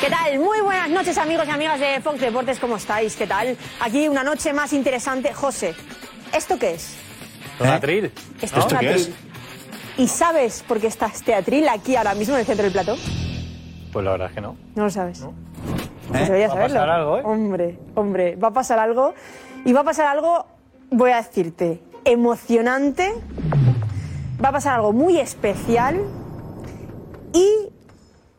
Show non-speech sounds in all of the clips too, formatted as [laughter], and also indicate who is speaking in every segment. Speaker 1: ¿Qué tal? Muy buenas noches amigos y amigas de Fox Deportes, ¿cómo estáis? ¿Qué tal? Aquí una noche más interesante. José, ¿esto qué es?
Speaker 2: Atril.
Speaker 1: ¿Eh? Esto es un atril. ¿Y sabes por qué está este atril aquí ahora mismo en el centro del plató?
Speaker 2: Pues la verdad es que no.
Speaker 1: No lo sabes. Pues deberías
Speaker 2: Va a pasar
Speaker 1: saberlo.
Speaker 2: algo, ¿eh?
Speaker 1: Hombre, hombre, va a pasar algo. Y va a pasar algo, voy a decirte, emocionante. Va a pasar algo muy especial. Y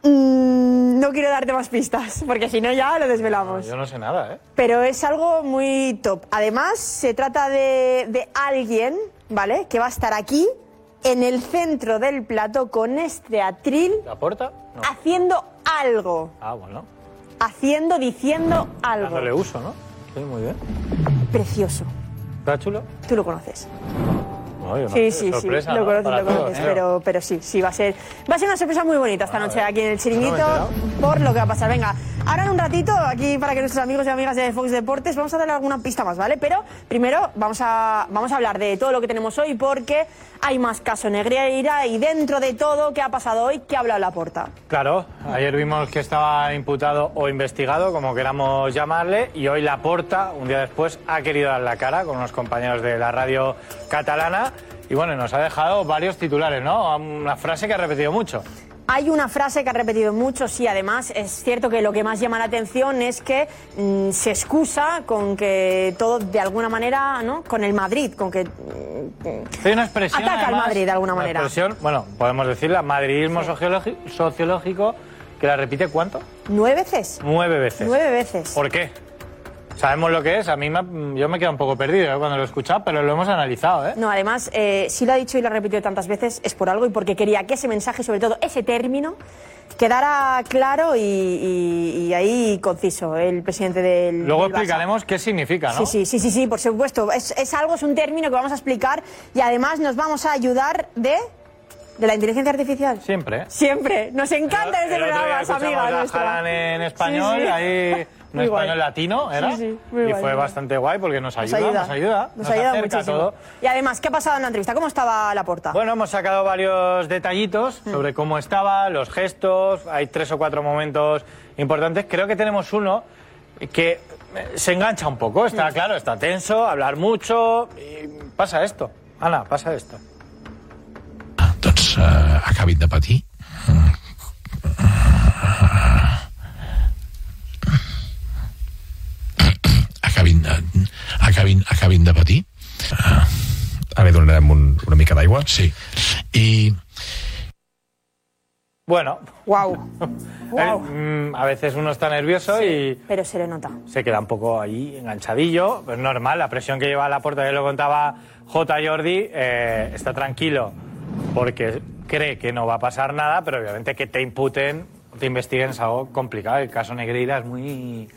Speaker 1: mm, no quiero darte más pistas, [laughs] porque si no ya lo desvelamos.
Speaker 2: Yo no sé nada, ¿eh?
Speaker 1: Pero es algo muy top. Además, se trata de, de alguien, ¿vale? Que va a estar aquí, en el centro del plato, con este atril,
Speaker 2: ¿La puerta? No.
Speaker 1: Ah. haciendo algo.
Speaker 2: Ah, bueno.
Speaker 1: Haciendo, diciendo algo.
Speaker 2: Dándole uso, ¿no? Sí, muy bien.
Speaker 1: Precioso.
Speaker 2: ¿Está chulo?
Speaker 1: Tú lo conoces.
Speaker 2: No, yo no sé.
Speaker 1: Sí, sí, sí.
Speaker 2: Sorpresa,
Speaker 1: Lo
Speaker 2: ¿no?
Speaker 1: conoces,
Speaker 2: Para
Speaker 1: lo
Speaker 2: todos,
Speaker 1: conoces.
Speaker 2: ¿eh?
Speaker 1: Pero, pero sí, sí, va a ser. Va a ser una sorpresa muy bonita esta noche aquí en el chiringuito
Speaker 2: enterado.
Speaker 1: por lo que va a pasar. Venga, ahora en un ratito, aquí para que nuestros amigos y amigas de Fox Deportes, vamos a darle alguna pista más, ¿vale? Pero primero vamos a, vamos a hablar de todo lo que tenemos hoy porque hay más caso Negreira y dentro de todo, ¿qué ha pasado hoy? ¿Qué ha hablado la porta?
Speaker 2: Claro, ayer vimos que estaba imputado o investigado, como queramos llamarle, y hoy Laporta, un día después, ha querido dar la cara con unos compañeros de la radio catalana. Y bueno, nos ha dejado varios titulares, ¿no? Una frase que ha repetido mucho.
Speaker 1: Hay una frase que ha repetido mucho, sí, además es cierto que lo que más llama la atención es que mm, se excusa con que todo de alguna manera, ¿no? Con el Madrid, con que mm,
Speaker 2: Hay una expresión.
Speaker 1: Ataca al
Speaker 2: además,
Speaker 1: Madrid de alguna
Speaker 2: una
Speaker 1: manera.
Speaker 2: expresión, bueno, podemos decirla, madridismo sociologi- sociológico, que la repite cuánto?
Speaker 1: nueve veces.
Speaker 2: Nueve veces.
Speaker 1: Nueve veces.
Speaker 2: ¿Por qué? Sabemos lo que es, a mí me ha- yo me quedo un poco perdido ¿eh? cuando lo he escuchado, pero lo hemos analizado, ¿eh?
Speaker 1: No, además, eh, si lo ha dicho y lo ha repetido tantas veces, es por algo y porque quería que ese mensaje, sobre todo ese término, quedara claro y, y- y ahí conciso el presidente del.
Speaker 2: Luego
Speaker 1: del Barça.
Speaker 2: explicaremos qué significa, ¿no?
Speaker 1: Sí, sí, sí, sí, sí, por supuesto. Es, es algo, es un término que vamos a explicar y además nos vamos a ayudar de. de la inteligencia artificial.
Speaker 2: Siempre. ¿eh?
Speaker 1: Siempre. Nos encanta ese
Speaker 2: El otro día
Speaker 1: programa,
Speaker 2: escuchamos
Speaker 1: amiga
Speaker 2: a
Speaker 1: nuestra.
Speaker 2: Jalan en español,
Speaker 1: Sí, sí.
Speaker 2: ahí un
Speaker 1: Muy guay.
Speaker 2: español latino, ¿era?
Speaker 1: Sí, sí, muy
Speaker 2: y
Speaker 1: guay,
Speaker 2: fue
Speaker 1: muy
Speaker 2: bastante guay porque nos ayuda, nos ayuda, nos,
Speaker 1: Nos ayuda
Speaker 2: acerca a
Speaker 1: muchísimo.
Speaker 2: todo.
Speaker 1: Y además, ¿qué ha pasado en la entrevista? ¿Cómo estaba la porta?
Speaker 2: Bueno, hemos sacado varios detallitos sobre cómo estaba, los gestos, hay tres o cuatro momentos importantes. Creo que tenemos uno que eh, se engancha un poco, está claro, está tenso, hablar mucho, y pasa esto. Ana, pasa esto.
Speaker 3: Doncs eh, acabin de patir. Acabin, de- acabin, acabin de patir.
Speaker 4: Ara li donarem un, una mica d'aigua.
Speaker 3: Sí. I
Speaker 2: Bueno, [laughs]
Speaker 1: Guau. Guau.
Speaker 2: eh, mm, a veces uno está nervioso y...
Speaker 1: Pero se le nota.
Speaker 2: se queda un poco ahí enganchadillo, pues normal, la presión que lleva a la puerta, ya lo contaba J. Jordi, eh, está tranquilo porque cree que no va a pasar nada, pero obviamente que te imputen, te investiguen es algo complicado, el caso Negreira es muy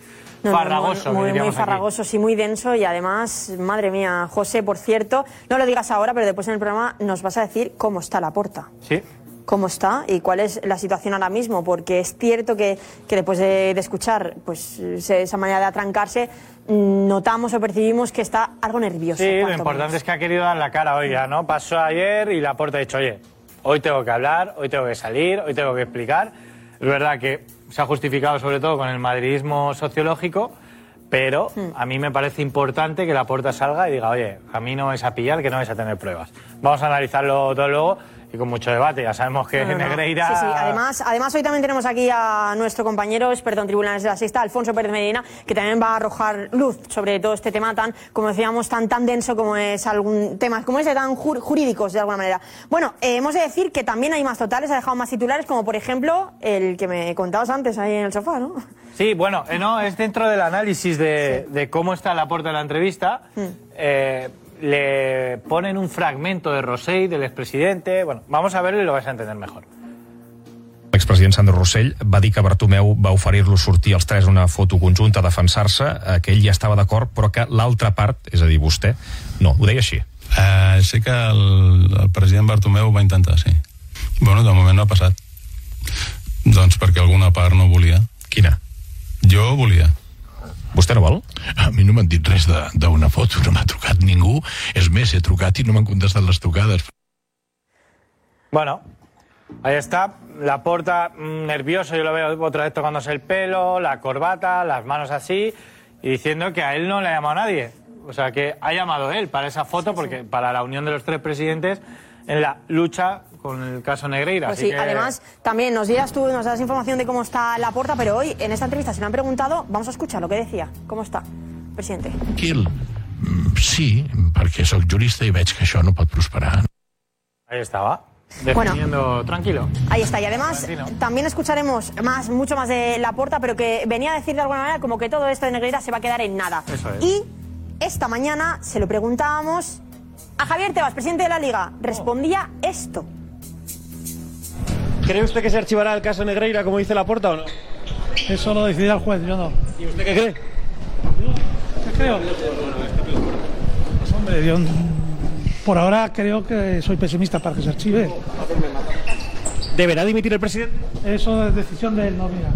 Speaker 1: No, no,
Speaker 2: farragoso.
Speaker 1: no, no, muy, muy
Speaker 2: diríamos aquí.
Speaker 1: farragoso, sí, muy denso y además, madre mía, José, por cierto, no lo digas ahora, pero después en el programa nos vas a decir cómo está la porta.
Speaker 2: Sí,
Speaker 1: ¿Cómo está y cuál es la situación ahora mismo? Porque es cierto que, que después de, de escuchar pues, ese- esa manera de atrancarse, mm, notamos o percibimos que está algo nervioso.
Speaker 2: sí lo
Speaker 1: cuanto
Speaker 2: importante
Speaker 1: menos.
Speaker 2: es que ha querido dar la cara hoy ya, ¿no? Pasó ayer y la puerta ha dicho, oye, hoy tengo que hablar, hoy tengo que salir, hoy tengo que explicar. Es verdad que se ha justificado sobre todo con el madridismo sociológico, pero
Speaker 1: Hmm.
Speaker 2: a mí me parece importante que la puerta salga y diga, oye, a mí no vais a pillar, que no vais a tener pruebas. Vamos a analizarlo todo luego y con mucho debate. Ya sabemos que
Speaker 1: No, no, no.
Speaker 2: Negreira...
Speaker 1: Sí, sí. Además, además, hoy también tenemos aquí a nuestro compañero, experto en tribunales de la sexta, Alfonso Pérez Medina, que también va a arrojar luz sobre todo este tema tan, como decíamos, tan, tan denso como es algún tema, como es de tan jur- jurídicos de alguna manera. Bueno, eh, hemos de decir que también hay más totales, ha dejado más titulares, como por ejemplo el que me contabas antes ahí en el sofá, ¿no?
Speaker 2: Sí, bueno, eh, no, es dentro del análisis de, de cómo está la puerta de la entrevista. Eh, le ponen un fragmento de Rosell, del expresidente. Bueno, vamos a verlo y lo vais a entender mejor.
Speaker 4: l'expresident Sandro Rossell va dir que Bartomeu va oferir-lo sortir els tres a una foto conjunta a defensar-se, eh, que ell ja estava d'acord, però que l'altra part, és a dir, vostè, no, ho deia així.
Speaker 5: Uh, sé que el, el president Bartomeu ho va intentar, sí. Bueno, de moment no ha passat. Doncs perquè alguna part no volia.
Speaker 4: Quina?
Speaker 5: Jo volia.
Speaker 4: Vostè no vol?
Speaker 3: A mi no m'han dit res de- d'una foto, no m'ha trucat ningú. És més, he trucat i no m'han contestat les trucades.
Speaker 2: Bueno, ahí está. La porta nervioso, yo lo veo otra vez tocándose el pelo, la corbata, las manos así, y diciendo que a él no le ha llamado nadie. O sea, que ha llamado él para esa foto, porque para la unión de los tres presidentes en la lucha con el caso Negreira.
Speaker 1: Pues
Speaker 2: así
Speaker 1: sí,
Speaker 2: que-
Speaker 1: además, también nos dirás tú, nos das información de cómo está la puerta, pero hoy en esta entrevista se me han preguntado, vamos a escuchar lo que decía. ¿Cómo está, presidente?
Speaker 3: Tranquil. Mm, Sí, perquè sóc jurista i veig que això no pot prosperar.
Speaker 2: Ahí estaba,
Speaker 1: Bueno.
Speaker 2: defendiendo tranquilo.
Speaker 1: Ahí está, y además
Speaker 2: Valentino.
Speaker 1: también escucharemos más, mucho más de la puerta, pero que venía a decir de alguna manera como que todo esto de Negreira se va a quedar en nada.
Speaker 2: Eso es.
Speaker 1: Y esta mañana se lo preguntábamos a Javier Tebas, presidente de la Liga, respondía esto.
Speaker 6: ¿Cree usted que se archivará el caso Negreira como dice la porta o no?
Speaker 7: Eso lo decidirá el juez, yo no.
Speaker 6: ¿Y usted qué cree?
Speaker 7: ¿Qué creo? Pues, hombre, yo por ahora creo que soy pesimista para que se archive.
Speaker 6: ¿Deberá dimitir el presidente?
Speaker 7: Eso es decisión de él, no mía.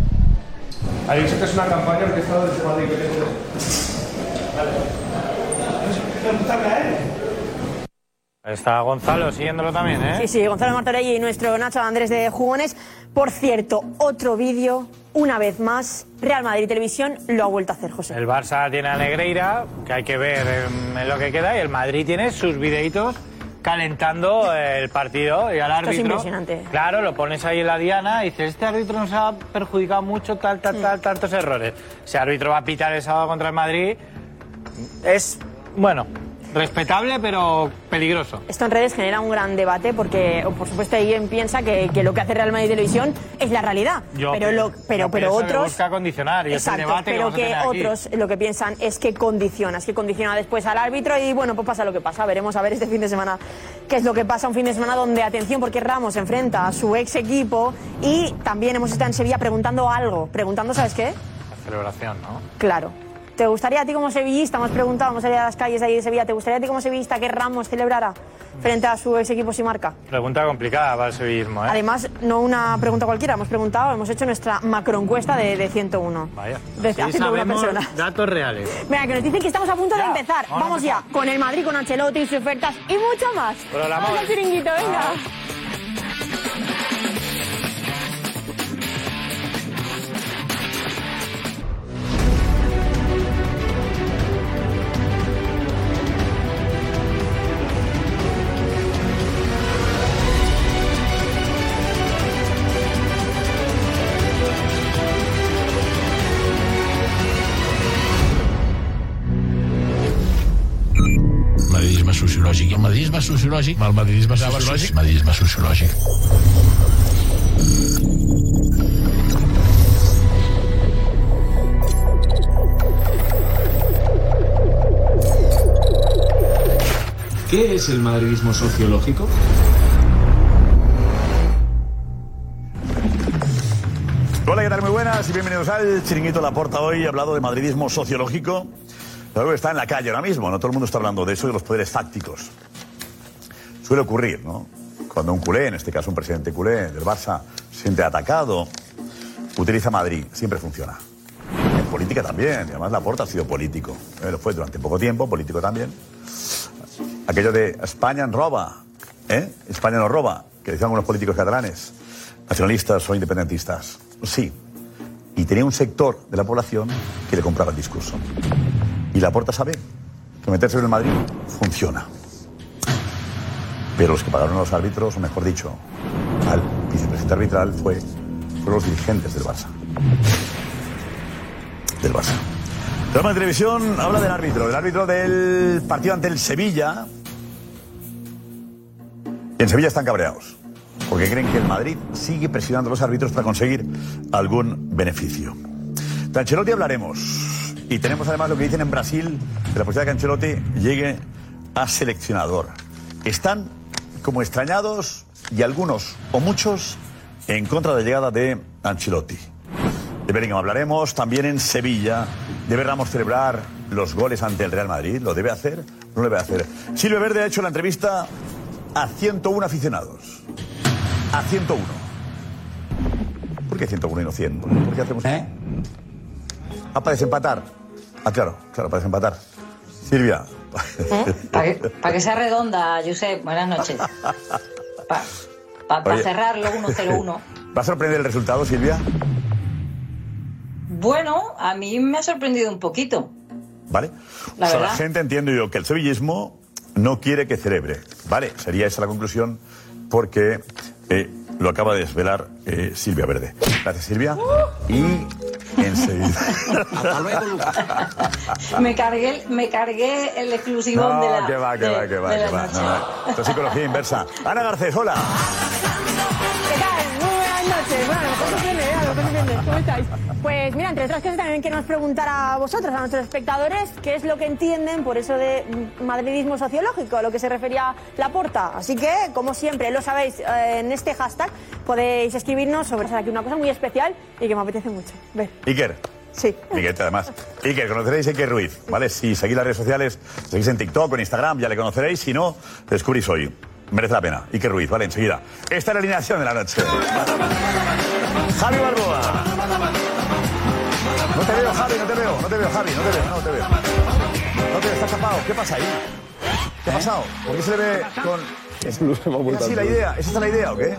Speaker 2: Ahí está Gonzalo siguiéndolo también, ¿eh?
Speaker 1: Sí, sí, Gonzalo Martorelli y nuestro Nacho Andrés de Jugones. Por cierto, otro vídeo, una vez más, Real Madrid Televisión lo ha vuelto a hacer, José.
Speaker 2: El Barça tiene a Negreira, que hay que ver em, en lo que queda, y el Madrid tiene sus videitos calentando el partido y al
Speaker 1: Esto
Speaker 2: árbitro.
Speaker 1: es impresionante.
Speaker 2: Claro, lo pones ahí en la diana y dices, este árbitro nos ha perjudicado mucho, tal, tal, tal, tantos errores. Ese árbitro va a pitar el sábado contra el Madrid. Es, bueno, respetable pero peligroso.
Speaker 1: Esto en redes genera un gran debate porque, o, por supuesto, alguien piensa que, que lo que hace Real Madrid Televisión es la realidad.
Speaker 2: Yo
Speaker 1: pero lo,
Speaker 2: pienso-
Speaker 1: pero,
Speaker 2: yo
Speaker 1: pero
Speaker 2: pienso que
Speaker 1: otros.
Speaker 2: busca condicionar y es el
Speaker 1: Exacto,
Speaker 2: debate que
Speaker 1: pero
Speaker 2: vamos a
Speaker 1: que,
Speaker 2: tener aquí.
Speaker 1: otros lo que piensan es que condiciona, es que condiciona después al árbitro y bueno, pues pasa lo que pasa. Veremos a ver este fin de semana qué es lo que pasa. Un fin de semana donde, atención, porque Ramos se enfrenta a su ex equipo y también hemos estado en Sevilla preguntando algo. Preguntando, ¿sabes qué?
Speaker 2: La celebración, ¿no?
Speaker 1: Claro. ¿Te gustaría a ti como sevillista, hemos preguntado, hemos salido a las calles de ahí de Sevilla, ¿te gustaría a ti como sevillista que Ramos celebrara frente a su ex equipo si marca?
Speaker 2: Pregunta complicada para el sevillismo, ¿eh?
Speaker 1: Además, no una pregunta cualquiera, hemos preguntado, hemos hecho nuestra macroencuesta de, de 101.
Speaker 2: Vaya.
Speaker 1: De
Speaker 2: Así
Speaker 1: 101
Speaker 2: sabemos
Speaker 1: personas.
Speaker 2: datos reales.
Speaker 1: Mira, que nos dicen que estamos a punto de
Speaker 2: Ya,
Speaker 1: empezar.
Speaker 2: vamos a
Speaker 1: Vamos, ya, con el Madrid, con Ancelotti, sus ofertas y mucho más.
Speaker 2: Programa.
Speaker 1: Vamos al chiringuito, venga.
Speaker 3: Madridisme sociològic. I el madridisme sociològic... El madridisme sociològic... Madridisme sociològic.
Speaker 8: ¿Qué es el madridismo sociológico?
Speaker 9: Hola, ¿qué tal? Muy buenas y bienvenidos al Chiringuito La Porta. Hoy he hablado de madridismo sociológico. Algo que está en la calle ahora mismo, ¿no? Todo el mundo está hablando de eso y de los poderes tácticos. Suele ocurrir, ¿no? Cuando un culé, en este caso un presidente culé del Barça, se siente atacado, utiliza Madrid. Siempre funciona. En política también. Y además Laporta ha sido político. ¿eh? Lo fue durante poco tiempo, político también. Aquello de España en roba, ¿eh? España nos roba, que decían algunos políticos catalanes, nacionalistas o independentistas. Sí. Y tenía un sector de la población que le compraba el discurso. Y Laporta sabe que meterse en el Madrid funciona. Pero los que pagaron a los árbitros, o mejor dicho, al vicepresidente arbitral, fue, fueron los dirigentes del Barça.
Speaker 10: Este
Speaker 9: Del Barça. Real Madrid Televisión habla del árbitro, del árbitro del partido ante el Sevilla. En Sevilla están cabreados, porque creen que el Madrid sigue presionando a los árbitros para conseguir algún beneficio. De Ancelotti hablaremos, y tenemos además lo que dicen en Brasil, de la posibilidad de que Ancelotti llegue a seleccionador. Están como extrañados y algunos o muchos en contra de la llegada de Ancelotti. De Bellingham hablaremos también en Sevilla. ¿Debe Ramos celebrar los goles ante el Real Madrid? ¿Lo debe hacer? No lo debe hacer. Silvio Verde ha hecho la entrevista a 101 aficionados. A 101. ¿Por qué 101 y no 100? ¿Por qué hacemos ¿Eh? Ah, para desempatar. Ah, claro, claro, para desempatar. Silvia.
Speaker 11: ¿Eh?
Speaker 9: [laughs]
Speaker 11: Para que, pa que sea redonda, Josep, buenas noches. Para
Speaker 9: Oye.
Speaker 11: cerrarlo, 1-0-1.
Speaker 9: ¿Va a sorprender el resultado, Silvia?
Speaker 11: Bueno, a mí me ha sorprendido un poquito.
Speaker 9: ¿Vale?
Speaker 11: La
Speaker 9: o sea, la
Speaker 11: verdad.
Speaker 9: gente entiendo yo que el sevillismo no quiere que celebre. ¿Vale? Sería esa la conclusión porque eh, lo acaba de desvelar eh, Silvia Verde. Gracias, Silvia. Y enseguida.
Speaker 11: [laughs] Me cargué, me cargué el exclusivo
Speaker 9: No,
Speaker 11: de la.
Speaker 9: que va, que
Speaker 11: de-
Speaker 9: va, que va,
Speaker 11: de la
Speaker 9: que va.
Speaker 11: noche.
Speaker 9: No, no. Esto es psicología inversa. Ana Garcés, hola.
Speaker 1: ¿Qué tal? Muy buenas noches. Bueno, a lo mejor sorprende, ¿eh? a lo mejor sorprende. ¿Cómo estáis? Pues mira, entre otras cosas también queremos preguntar a vosotros, a nuestros espectadores, qué es lo que entienden por eso de mm, madridismo sociológico, a lo que se refería Laporta. Así que, como siempre, lo sabéis, eh, en este hashtag podéis escribirnos sobre hacer aquí una cosa muy especial y que me apetece mucho. Ver.
Speaker 9: Iker.
Speaker 1: Sí.
Speaker 9: Miguelete, además. Iker, conoceréis a Iker Ruiz, ¿vale? Si seguís las redes sociales, seguís en TikTok, en Instagram, ya le conoceréis. Si no, descubrís hoy. Merece la pena. Iker Ruiz, ¿vale? Enseguida. Esta es la alineación de la noche. Javi Barboa. No te veo, Javi, no te veo, no te veo, Javi, no te veo, no te veo. No te veo, está tapado. ¿Qué pasa ahí?
Speaker 12: ¿Eh?
Speaker 9: ¿Qué ha pasado? ¿Por qué se le ve con...? ¿Es así la idea? ¿Es esta la idea o qué?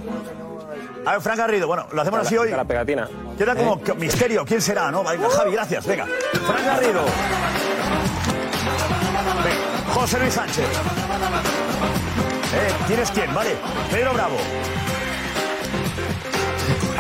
Speaker 9: A ver, Fran Garrido, bueno, lo hacemos así hoy.
Speaker 12: La pegatina. ¿Eh? ¡Oh!
Speaker 9: Queda como que- misterio, ¿quién será? No, venga, Javi, gracias, venga. Fran Garrido. Venga, José Luis Sánchez. Eh, ¿Tienes quién? Vale. Pedro Bravo.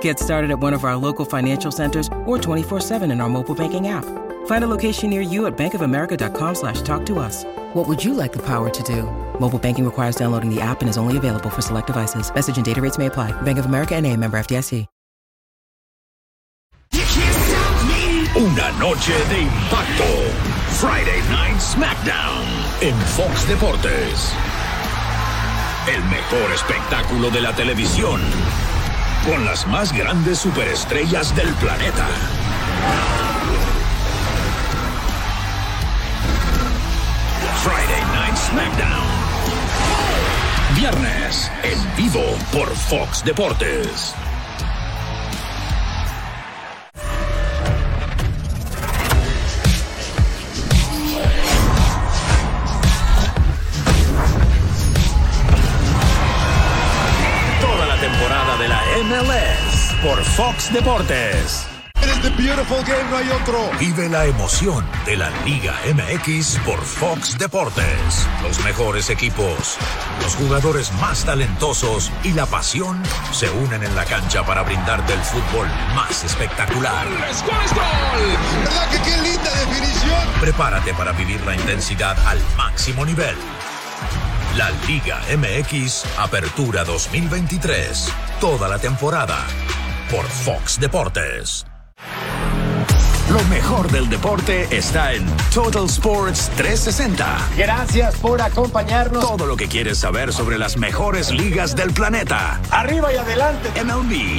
Speaker 13: Get started at one of our local financial centers or 24-7 in our mobile banking app. Find a location near you at bankofamerica.com slash talk to us. What would you like the power to do? Mobile banking requires downloading the app and is only available for select devices. Message and data rates may apply. Bank of America and a member FDIC.
Speaker 14: Una noche de impacto. Friday Night SmackDown en Fox Deportes. El mejor espectáculo de la televisión. Con las más grandes superestrellas del planeta. Friday Night SmackDown. Viernes en vivo por Fox Deportes. Toda la temporada de la MLS por Fox Deportes. Vive la emoción de la Liga MX por Fox Deportes. Los mejores equipos, los jugadores más talentosos y la pasión se unen en la cancha para brindarte el fútbol más espectacular.
Speaker 15: ¿Verdad que qué linda definición?
Speaker 14: Prepárate para vivir la intensidad al máximo nivel. La Liga MX Apertura 2023. Toda la temporada. Por Fox Deportes. Lo mejor del deporte está en Total Sports 360.
Speaker 16: Gracias por acompañarnos.
Speaker 14: Todo lo que quieres saber sobre las mejores ligas del planeta.
Speaker 16: Arriba y adelante.
Speaker 14: MLB,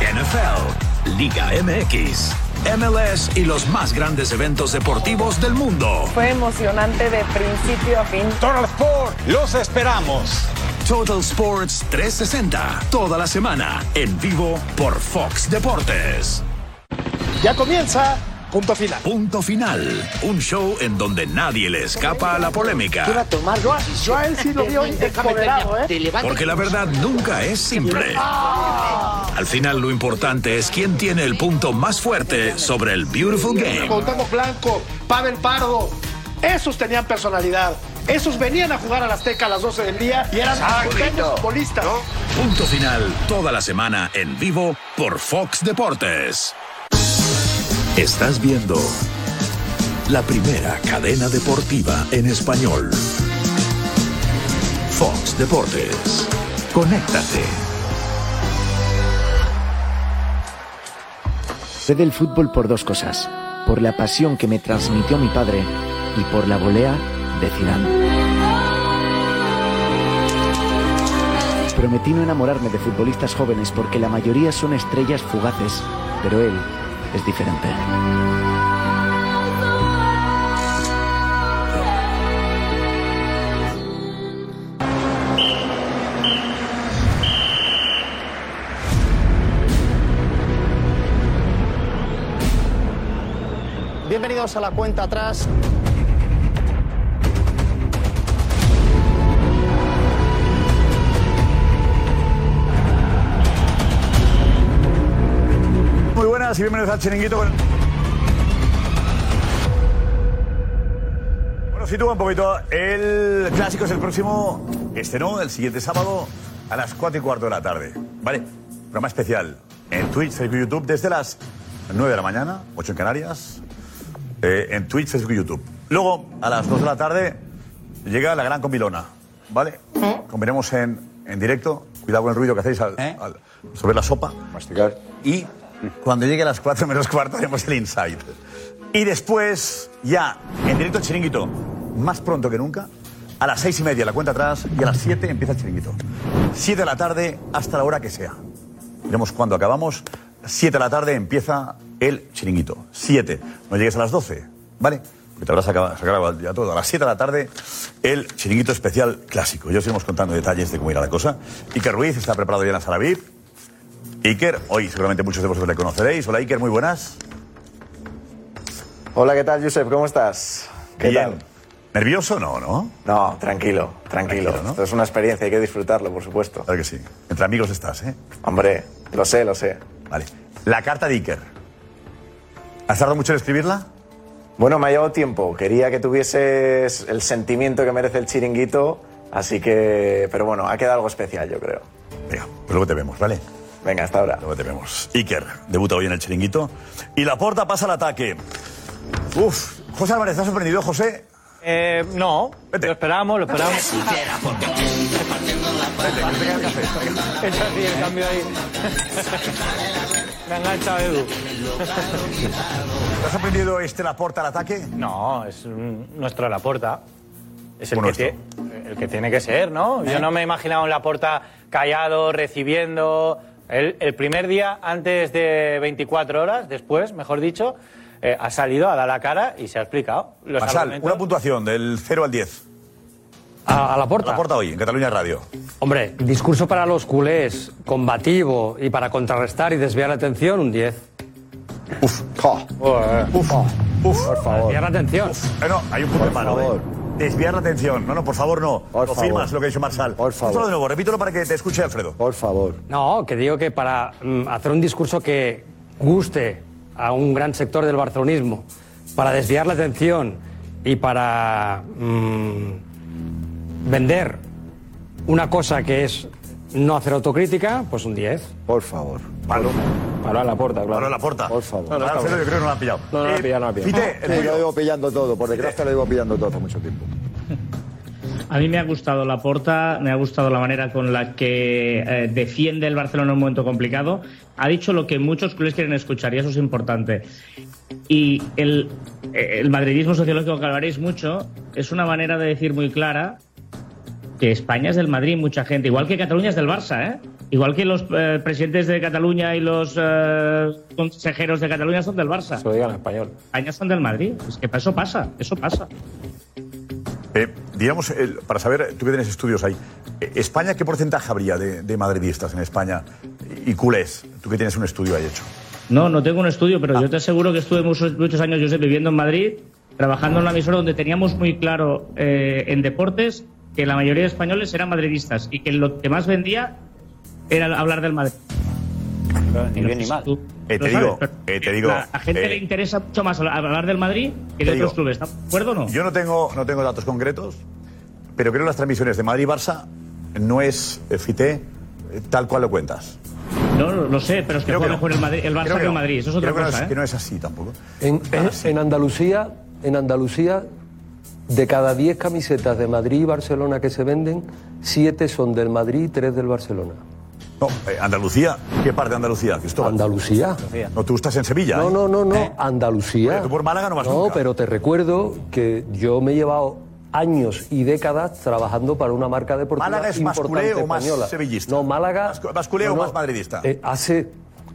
Speaker 14: NFL, Liga MX, MLS y los más grandes eventos deportivos del mundo.
Speaker 4: Fue emocionante de principio a fin. Total Sport.
Speaker 14: Los esperamos. Total Sports 360, toda la semana, en vivo por Fox Deportes. Ya comienza. Punto final. Punto final. Un show en donde nadie le escapa a la
Speaker 16: Iba a
Speaker 14: polémica.
Speaker 16: tomar. Yo, a- yo a él sí lo vio empoderado, ¿eh?
Speaker 14: Porque la verdad nunca es simple. Al final lo importante es quién tiene el punto más fuerte sobre el Beautiful Game.
Speaker 16: Cuauhtémoc Blanco, Pavel Pardo, esos tenían personalidad. Esos venían a jugar a la Azteca a las 12 del día y eran buenos futbolistas.
Speaker 14: Punto final toda la semana en vivo por Fox Deportes. Estás viendo la primera cadena deportiva en español. Fox Deportes. Conéctate.
Speaker 17: Sé del fútbol por dos cosas, por la pasión que me transmitió mi padre y por la volea de Zidane. Prometí no enamorarme de futbolistas jóvenes porque la mayoría son estrellas fugaces, pero él es diferente.
Speaker 18: Bienvenidos a la cuenta atrás.
Speaker 9: Muy buenas y bienvenidos al Chiringuito. con- Bueno, sitúa un poquito. El clásico es el próximo, este no, el siguiente sábado a las 4 y cuarto de la tarde. Vale, programa especial en Twitch, Facebook y YouTube desde las 9 de la mañana, 8 en Canarias, eh, en Twitch, Facebook y YouTube. Luego, a las 2 de la tarde, llega la gran comilona, ¿vale? Combinemos en, en directo. Cuidado con el ruido que hacéis al, al- sobre la sopa. Masticar. Y cuando llegue a las 4 menos cuarto haremos el inside. Y después, ya, en directo el chiringuito, más pronto que nunca, a las 6 y media la cuenta atrás y a las 7 empieza el chiringuito. 7 de la tarde hasta la hora que sea. Veremos cuándo acabamos. 7 de la tarde empieza el chiringuito. 7. No llegues a las 12, ¿vale? Porque te habrás acabado, se acaba ya todo. A las 7 de la tarde, el chiringuito especial clásico. Ya os iremos contando detalles de cómo irá la cosa. Iker Ruiz está preparado ya en la sala VIP. Iker, hoy seguramente muchos de vosotros le conoceréis. Hola Iker, muy buenas.
Speaker 19: Hola, ¿qué tal, Josep? ¿Cómo estás? ¿Qué
Speaker 9: Bien.
Speaker 19: tal?
Speaker 9: ¿Nervioso no, no?
Speaker 19: No, tranquilo, tranquilo. Esto es una experiencia, hay que disfrutarlo, por supuesto.
Speaker 9: Claro que sí. Entre amigos estás, ¿eh?
Speaker 19: Hombre, lo sé, lo sé.
Speaker 9: Vale. La carta de Iker. ¿Has tardado mucho en escribirla?
Speaker 19: Bueno, me ha llevado tiempo. Quería que tuvieses el sentimiento que merece el chiringuito, así que... Pero bueno, ha quedado algo especial, yo creo.
Speaker 9: Venga, pues luego te vemos, ¿vale?
Speaker 19: Venga, hasta ahora.
Speaker 9: Luego te vemos. Iker debuta hoy en el chiringuito. Y la porta pasa al ataque. Uf, José Álvarez, ¿estás sorprendido, José?
Speaker 2: Eh, no, lo esperamos, lo esperamos. Eso sí, el cambio ahí. Me ha enganchado Edu.
Speaker 9: ¿Te ha sorprendido este la porta al ataque?
Speaker 2: No, es un- nuestro Laporta. Es el que, tie- el que tiene que ser, ¿no? Yo no me imaginaba un Laporta callado, recibiendo. El, el primer día, antes de 24 horas, después, mejor dicho, eh, ha salido, ha dado la cara y se ha explicado. Los
Speaker 9: Basal,
Speaker 2: argumentos-
Speaker 9: una puntuación del 0 al 10.
Speaker 20: A, la porta.
Speaker 9: la porta hoy, en Cataluña Radio.
Speaker 20: Hombre, discurso para los culés, combativo y para contrarrestar y desviar la atención, un 10. Uf,
Speaker 9: uf, uf, por
Speaker 20: Eh. favor. Desviar la atención.
Speaker 9: Eh, no, hay un punto de mano. eh. Desviar la atención. No, no, por favor, no.
Speaker 20: Por
Speaker 9: lo firmas
Speaker 20: favor.
Speaker 9: lo que ha dicho Marsal. Por de nuevo, repítelo para que te escuche Alfredo.
Speaker 20: Por favor. No, que digo que para mm, hacer un discurso que guste a un gran sector del barcelonismo, para desviar la atención y para mm, vender una cosa que es no hacer autocrítica, pues un 10. Por favor.
Speaker 9: Palo.
Speaker 20: Palo a la puerta, claro.
Speaker 9: Palo a la puerta.
Speaker 20: Por favor.
Speaker 9: No, no, Alfredo, yo Ah, creo que no lo han pillado. Eh,
Speaker 20: No, no lo han pillado, no lo han pillado.
Speaker 9: Fite, el
Speaker 21: Sí,
Speaker 9: tuyo.
Speaker 21: lo llevo pillando todo, por desgracia lo llevo pillando todo hace mucho tiempo.
Speaker 22: A mí me ha gustado la porta, me ha gustado la manera con la que eh, defiende el Barcelona en un momento complicado. Ha dicho lo que muchos clubes quieren escuchar y eso es importante. Y el, eh, el madridismo sociológico que hablaréis mucho es una manera de decir muy clara que España es del Madrid, mucha gente, igual que Cataluña es del Barça, ¿eh? igual que los eh, presidentes de Cataluña y los eh, consejeros de Cataluña son del Barça. Se lo digan en español. España son del Madrid, es que eso pasa, eso pasa.
Speaker 9: Eh, digamos, el- para saber, tú que tienes estudios ahí, eh, ¿España qué porcentaje habría de, de madridistas en España y culés? Tú que tienes un estudio ahí hecho.
Speaker 22: No, no tengo un estudio, pero
Speaker 9: Ah.
Speaker 22: yo te aseguro que estuve muchos, muchos años, Josep, viviendo en Madrid, trabajando en una emisora donde teníamos muy claro eh, en deportes que la mayoría de españoles eran madridistas y que lo que más vendía era hablar del Madrid.
Speaker 9: Ni bien ni mal. Eh, te
Speaker 22: Lo
Speaker 9: digo,
Speaker 22: sabes,
Speaker 9: eh, te digo.
Speaker 22: La- a gente
Speaker 9: eh,
Speaker 22: le interesa mucho más hablar del Madrid que
Speaker 9: Te
Speaker 22: de otros
Speaker 9: digo.
Speaker 22: clubes. ¿Estás de acuerdo o no?
Speaker 9: Yo no tengo, no tengo datos concretos, pero creo que las transmisiones de Madrid-Barça no es, eh, Fite, eh, tal cual lo cuentas.
Speaker 22: No, no lo sé, pero es que
Speaker 9: Creo
Speaker 22: juega
Speaker 9: que no.
Speaker 22: mejor el, Madrid, el
Speaker 9: Creo
Speaker 22: Barça que,
Speaker 9: que
Speaker 22: el
Speaker 9: no.
Speaker 22: Madrid. Eso es otra
Speaker 9: Creo que no
Speaker 22: cosa,
Speaker 9: es-
Speaker 22: ¿eh?
Speaker 9: que no es así tampoco.
Speaker 10: En, en- en Andalucía, en Andalucía, de cada 10 camisetas de Madrid y Barcelona que se venden, 7 son del Madrid y 3 del Barcelona.
Speaker 9: No, eh, Andalucía. ¿Qué parte de Andalucía, Cristóbal? Andalucía. No, tú estás en Sevilla.
Speaker 10: No,
Speaker 9: ¿eh?
Speaker 10: no, no, no, Andalucía.
Speaker 9: Oye, tú por Málaga no vas
Speaker 10: No,
Speaker 9: nunca.
Speaker 10: pero te recuerdo que yo me he llevado años y décadas trabajando para una marca deportiva
Speaker 9: ¿Málaga es más
Speaker 10: importante
Speaker 9: culé o más
Speaker 10: española.
Speaker 9: sevillista? No,
Speaker 10: Málaga.
Speaker 9: ¿Más, más culé o más madridista?
Speaker 10: Eh, hace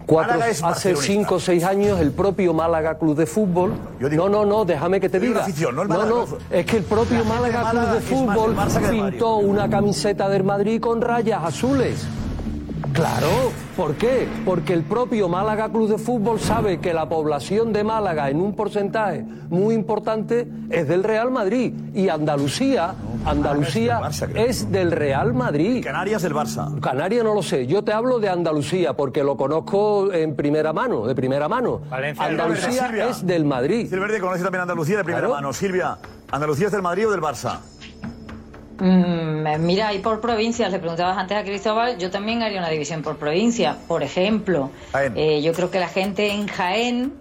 Speaker 10: cuatro,
Speaker 9: Málaga es
Speaker 10: hace
Speaker 9: barcelonista.
Speaker 10: cinco o seis años el propio Málaga Club de Fútbol. no, no, no, déjame que te
Speaker 9: digo
Speaker 10: diga.
Speaker 9: la afición, no el
Speaker 10: no,
Speaker 9: Málaga
Speaker 10: no,
Speaker 9: Club de Fútbol.
Speaker 10: es que el
Speaker 9: La
Speaker 10: propio
Speaker 9: gente de
Speaker 10: Málaga
Speaker 9: Málaga
Speaker 10: Club de
Speaker 9: es más del
Speaker 10: Fútbol
Speaker 9: Barça que del Madrid.
Speaker 10: pintó una camiseta del Madrid con rayas azules. Claro, ¿por qué? Porque el propio Málaga Club de Fútbol sabe que la población de Málaga en un porcentaje muy importante es del Real Madrid y Andalucía, Andalucía es del Real Madrid.
Speaker 9: Canarias del Barça.
Speaker 10: Canarias no lo sé, yo te hablo de Andalucía porque lo conozco en primera mano, de primera mano.
Speaker 9: Valencia,
Speaker 10: Andalucía
Speaker 9: Silvia.
Speaker 10: es del Madrid.
Speaker 9: Silverde conoce también Andalucía de primera
Speaker 10: Claro.
Speaker 9: mano. Silvia, ¿Andalucía es del Madrid o del Barça?
Speaker 11: Mm, Mira, ahí por provincias, le preguntabas antes a Cristóbal, yo también haría una división por provincias. Por ejemplo, eh, yo creo que la gente en Jaén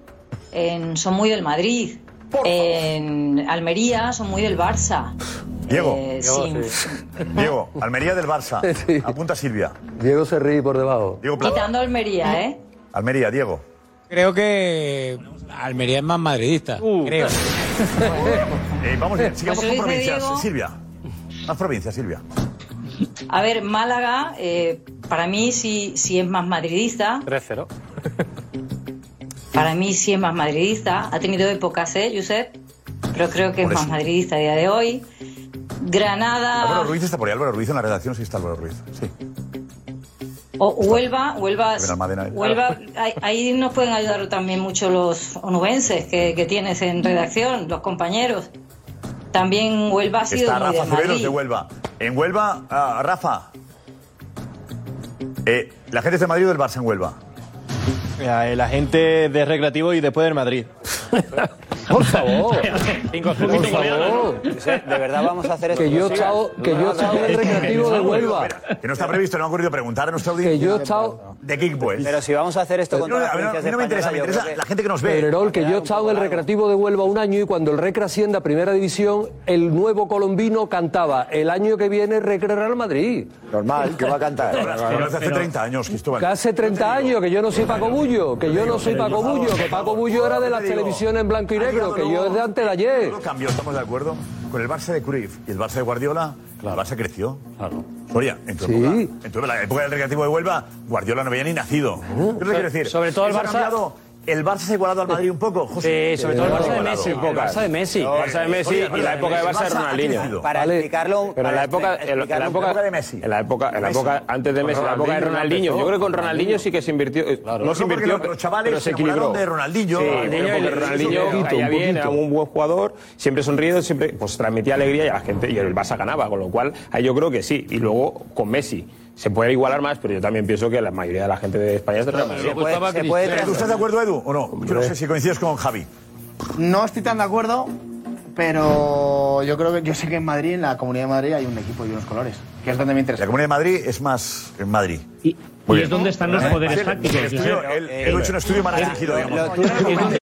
Speaker 11: en- son muy del Madrid, en Almería son muy del Barça.
Speaker 9: Diego.
Speaker 11: Eh,
Speaker 9: Diego,
Speaker 11: sí.
Speaker 9: [laughs] Diego, Almería del Barça.
Speaker 10: [laughs]
Speaker 9: Apunta Silvia.
Speaker 10: Diego se ríe por debajo.
Speaker 9: Diego Plata.
Speaker 11: Quitando Almería, ¿eh?
Speaker 9: Almería, Diego.
Speaker 5: Creo que Almería es más madridista.
Speaker 10: Uh,
Speaker 5: Creo.
Speaker 9: Eh, vamos bien, sigamos
Speaker 11: Pues lo
Speaker 9: con
Speaker 11: dice
Speaker 9: provincias.
Speaker 11: Diego.
Speaker 9: Silvia. Más provincias, Silvia.
Speaker 11: A ver, Málaga, eh, para mí sí, sí es más madridista,
Speaker 2: 3-0.
Speaker 11: para mí sí es más madridista. Ha tenido épocas, ¿eh, Josep? Pero creo que es
Speaker 9: Por
Speaker 11: más
Speaker 9: eso.
Speaker 11: madridista a día de hoy. Granada...
Speaker 9: Álvaro Ruiz está por ahí. Álvaro Ruiz en la redacción sí está Álvaro Ruiz. Sí.
Speaker 11: O Huelva, Huelva,
Speaker 9: Rubén Almadena, ¿eh?
Speaker 11: Huelva ahí, ahí nos pueden ayudar también mucho los onubenses que, que tienes en redacción, los compañeros. También Huelva ha sido
Speaker 9: Está
Speaker 11: muy de
Speaker 9: Rafa Ceberos
Speaker 11: Madrid.
Speaker 9: de Huelva. En Huelva, ah, Rafa. Eh, la gente es de Madrid o del Barça en Huelva.
Speaker 18: Mira, el agente de Recreativo y después del Madrid. Por favor.
Speaker 10: Por favor.
Speaker 18: De verdad vamos a hacer esto.
Speaker 10: Que yo he estado- que yo he estado en el recreativo de Huelva.
Speaker 9: Que no está previsto, no ha ocurrido preguntar a nuestra audiencia.
Speaker 10: Que yo Eh, he estado.
Speaker 9: De Kickboys.
Speaker 18: Pero si vamos a hacer esto con
Speaker 9: No,
Speaker 18: todas las
Speaker 9: a mí no- a mí no me interesa,
Speaker 18: provincias
Speaker 9: me
Speaker 18: españolas,
Speaker 9: interesa
Speaker 18: yo creo
Speaker 9: la gente que nos ve.
Speaker 10: Pererol, que yo he estado en el recreativo de Huelva un año y cuando el Recre asciende a Primera División, el nuevo colombino cantaba el año que viene Recre Real Madrid.
Speaker 21: Normal, que va a cantar.
Speaker 9: Pero hace 30 años, Cristóbal.
Speaker 10: Que hace 30 años que yo no soy Paco Bullo, que yo no soy
Speaker 9: pero
Speaker 10: Paco
Speaker 9: por favor,
Speaker 10: Bullo,
Speaker 9: por
Speaker 10: que Paco
Speaker 9: favor.
Speaker 10: Bullo era de
Speaker 9: Yo
Speaker 10: las
Speaker 9: te digo,
Speaker 10: televisiones en blanco y
Speaker 9: ha
Speaker 10: negro,
Speaker 9: llegado
Speaker 10: que yo
Speaker 9: luego-
Speaker 10: es de antes de ayer.
Speaker 9: Todo cambió, estamos de acuerdo. Con el Barça de Cruyff y el Barça de Guardiola, el Barça creció. Claro. Soria, en tu
Speaker 10: Sí.
Speaker 9: época, en tu- la época del recreativo de Huelva, Guardiola no había ni nacido.
Speaker 10: Eh,
Speaker 9: ¿Qué te quiero decir?
Speaker 20: Sobre todo el
Speaker 9: ¿Eso ha
Speaker 20: Barça-
Speaker 9: cambiado? ¿El Barça se ha igualado al Madrid un poco,
Speaker 10: eh,
Speaker 9: José?
Speaker 20: Sí, sobre
Speaker 4: Eh,
Speaker 20: todo el Barça de Messi.
Speaker 9: Igualado.
Speaker 20: El Barça de Messi.
Speaker 9: No,
Speaker 20: El Barça de Messi
Speaker 9: Soria,
Speaker 20: y la época de Barça de
Speaker 9: ha
Speaker 20: Ronaldinho.
Speaker 9: crecido.
Speaker 23: Para explicarlo,
Speaker 15: Pero en la
Speaker 23: para
Speaker 15: época, en la- en la
Speaker 23: explicarlo un
Speaker 15: época,
Speaker 23: poco-
Speaker 15: de Messi. En la época, en la época antes de Messi, en la época de Ronaldinho. Yo creo que con Ronaldinho sí que se invirtió. eh,
Speaker 9: No,
Speaker 15: No
Speaker 9: no,
Speaker 15: se
Speaker 9: porque
Speaker 15: invirtió,
Speaker 9: los- los chavales
Speaker 15: pero
Speaker 9: se
Speaker 15: se equilibró.
Speaker 9: enamoraron de Ronaldinho.
Speaker 15: Sí,
Speaker 9: Ronaldinho,
Speaker 15: pero porque
Speaker 9: el-
Speaker 15: Ronaldinho
Speaker 9: un poquito,
Speaker 15: caía
Speaker 9: un
Speaker 15: bien,
Speaker 9: poquito.
Speaker 15: era un buen jugador, siempre sonriendo, siempre pues transmitía alegría y a la gente y el Barça ganaba, con lo cual ahí yo creo que sí. Y luego con Messi. Se puede igualar más, pero yo también pienso que la mayoría de la gente de España es de Real Madrid.
Speaker 9: ¿Tú estás de acuerdo, Edu, o no? Yo no sé si coincides con Javi.
Speaker 16: No estoy tan de acuerdo, pero yo creo que yo sé que en Madrid, en la Comunidad de Madrid, hay un equipo y unos colores, que es donde me interesa.
Speaker 9: La Comunidad de Madrid es más en Madrid.
Speaker 16: Y,
Speaker 9: Muy
Speaker 16: y
Speaker 9: bien.
Speaker 16: es donde están los
Speaker 9: Eh,
Speaker 16: poderes
Speaker 9: sí, el-
Speaker 16: tácticos,
Speaker 9: el estudio-
Speaker 16: Josep.
Speaker 9: él- él ha hecho un estudio más
Speaker 16: Eh,
Speaker 9: restringido,
Speaker 16: lo-
Speaker 9: digamos.